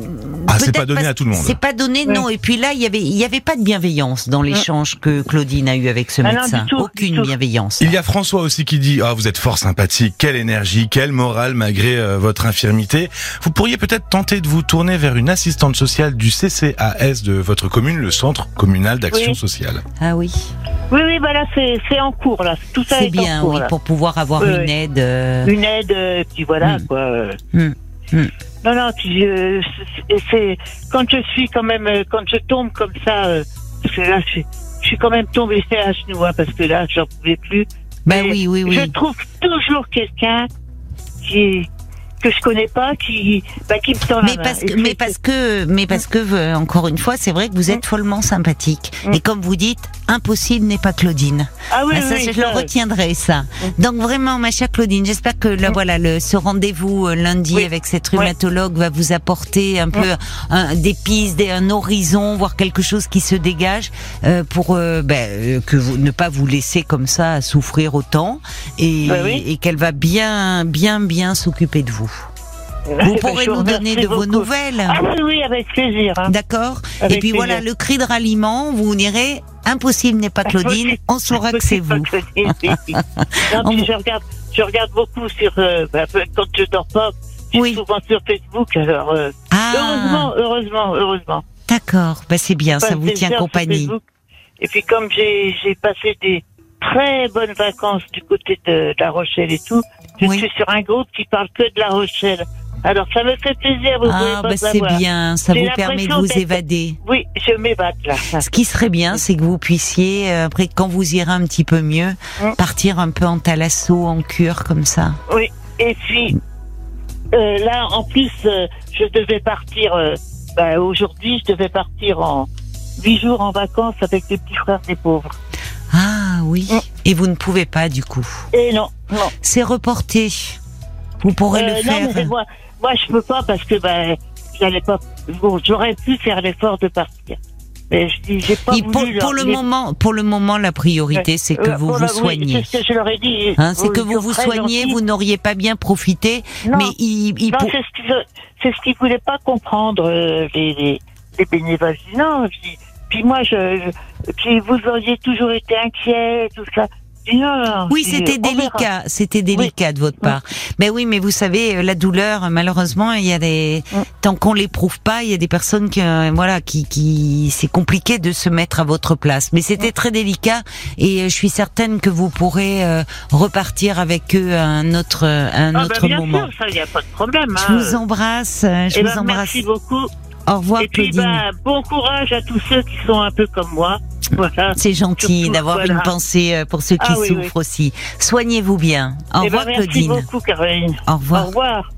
J: Ah, c'est
B: peut-être
J: pas donné à tout le monde.
B: C'est pas donné,
C: Ouais.
B: non. Et puis là, il y avait il y avait pas de bienveillance dans l'échange que Claudine a eu avec ce
C: Ah non, du
B: médecin.
C: tout, du
B: Aucune
C: tout.
B: bienveillance.
J: Il y a François aussi qui dit Ah, vous êtes fort sympathique, quelle énergie, quelle morale malgré euh, votre infirmité. Vous pourriez peut-être tenter de vous tourner vers une assistante sociale du CCAS de votre commune, le Centre communal d'action
C: Oui.
J: sociale.
B: Ah oui,
C: Oui, oui, bah là, c'est c'est en cours, là. Tout ça
B: c'est
C: est
B: bien,
C: en cours,
B: oui,
C: là.
B: pour pouvoir avoir
C: Oui,
B: une
C: oui.
B: aide. euh,
C: Une aide, euh, puis voilà,
B: Mm.
C: quoi. euh.
B: Mm. Mm.
C: Non, non, puis euh, c'est- c'est... Quand je suis quand même... euh, Quand je tombe comme ça... euh, parce que là, je suis, je suis quand même tombée à genoux, hein, parce que là, j'en pouvais plus.
B: Ben
C: Et
B: oui, oui,
C: Je
B: oui.
C: trouve toujours quelqu'un qui que je connais pas, qui, bah, qui me tend
B: Mais
C: la main.
B: parce
C: Et
B: que,
C: c'est-
B: mais parce que, mais parce que, euh, encore une fois, c'est vrai que vous êtes follement sympathique.
C: Mm.
B: Et comme vous dites, impossible n'est pas Claudine.
C: ah oui,
B: Ah, ça,
C: oui, Mm.
B: je
C: ça,
B: le retiendrai, ça. Donc vraiment, ma chère Claudine, j'espère que là, voilà, le, ce rendez-vous euh, lundi
C: Mm. Oui. Mm.
B: avec cette rhumatologue va vous apporter un peu un- des pistes, des, un horizon, voir quelque chose qui se dégage euh, pour euh, ben, euh, que vous, ne pas vous laisser comme ça souffrir autant et,
C: Ben oui.
B: et qu'elle va bien, bien, bien s'occuper de vous. Vous
C: Eh ben,
B: pourrez
C: je
B: nous donner
C: remercie
B: de vos
C: beaucoup.
B: nouvelles. hein.
C: Ah oui, oui, avec plaisir. hein.
B: D'accord Et
C: Avec
B: puis voilà,
C: plaisir.
B: le cri de ralliement, vous direz, impossible n'est pas Claudine,
C: Impossible.
B: on saura que c'est vous.
C: non, puis je regarde, je regarde beaucoup sur euh, bah, quand je dors pas, je suis
B: Oui.
C: souvent sur Facebook. Alors euh,
B: Ah,
C: heureusement, heureusement, heureusement.
B: d'accord, bah, c'est bien,
C: Je
B: ça
C: passe
B: vous
C: des
B: tient
C: heures sur
B: compagnie.
C: Facebook. Et puis comme j'ai j'ai passé des très bonnes vacances du côté de, de La Rochelle et tout, je
B: Oui.
C: suis sur un groupe qui parle que de La Rochelle. Alors ça me fait plaisir, vous pouvez
B: Ah,
C: pas
B: bah, c'est
C: savoir.
B: bien, ça
C: J'ai
B: vous permet de
C: l'impression
B: vous
C: d'être- Ah.
B: évader.
C: Oui, je m'ébatte là.
B: Ce qui serait bien, c'est que vous puissiez, euh, après, quand vous irez un petit peu mieux,
C: Mm.
B: partir un peu en thalasso, en cure, comme ça.
C: Et puis, euh, là, en plus, euh, je devais partir, euh, bah, aujourd'hui, je devais partir en huit jours en vacances avec les petits frères des pauvres.
B: Ah oui,
C: Mm.
B: et vous ne pouvez pas du coup.
C: Et non, non.
B: C'est reporté. Vous pourrez
C: Euh,
B: le
C: non,
B: faire.
C: mais moi, moi, je peux pas parce que, bah, j'allais pas, bon, j'aurais pu faire l'effort de partir. Mais je dis, j'ai pas
B: Et
C: voulu
B: pour,
C: leur-
B: pour le
C: j'ai-
B: moment, pour le moment, la priorité, c'est que
C: Euh,
B: vous
C: pour
B: vous
C: la- oui,
B: soignez.
C: c'est ce que je leur ai dit.
B: Hein, c'est
C: Ils
B: que
C: sont
B: vous vous
C: très
B: soignez,
C: gentils.
B: vous n'auriez pas bien profité,
C: Non.
B: mais il, il
C: Non,
B: pour-
C: c'est ce qu'ils c'est ce qu'ils voulaient pas comprendre euh, les, les, les bénévoles. Je dis, Non, je dis, puis moi je, je- puis vous auriez toujours été inquiet, tout ça. Je dis, non, non,
B: oui,
C: je dis,
B: c'était
C: on verra.
B: délicat, c'était délicat de votre part. Mais oui, mais vous savez, euh, la douleur, malheureusement, il y a des
C: Mm.
B: tant qu'on l'éprouve pas, il y a des personnes qui, euh, voilà, qui, qui, c'est compliqué de se mettre à votre place. Mais c'était très délicat, et euh, je suis certaine que vous pourrez euh, repartir avec eux à un autre, euh, à un
C: Ah,
B: autre
C: bah, bien
B: moment.
C: sûr, ça, il n'y a pas de problème.
B: Je vous embrasse, euh, je
C: et
B: vous embrasse.
C: Eh ben, merci beaucoup.
B: Au revoir,
C: Et puis,
B: Claudine.
C: bah, bon courage à tous ceux qui sont un peu comme moi. Voilà.
B: C'est gentil
C: Surtout,
B: d'avoir
C: voilà.
B: une pensée euh, pour ceux qui
C: Ah oui,
B: souffrent aussi. Soignez-vous bien. Au
C: Eh ben,
B: revoir
C: merci
B: Claudine.
C: beaucoup, Caroline.
B: Au revoir.
C: Au revoir.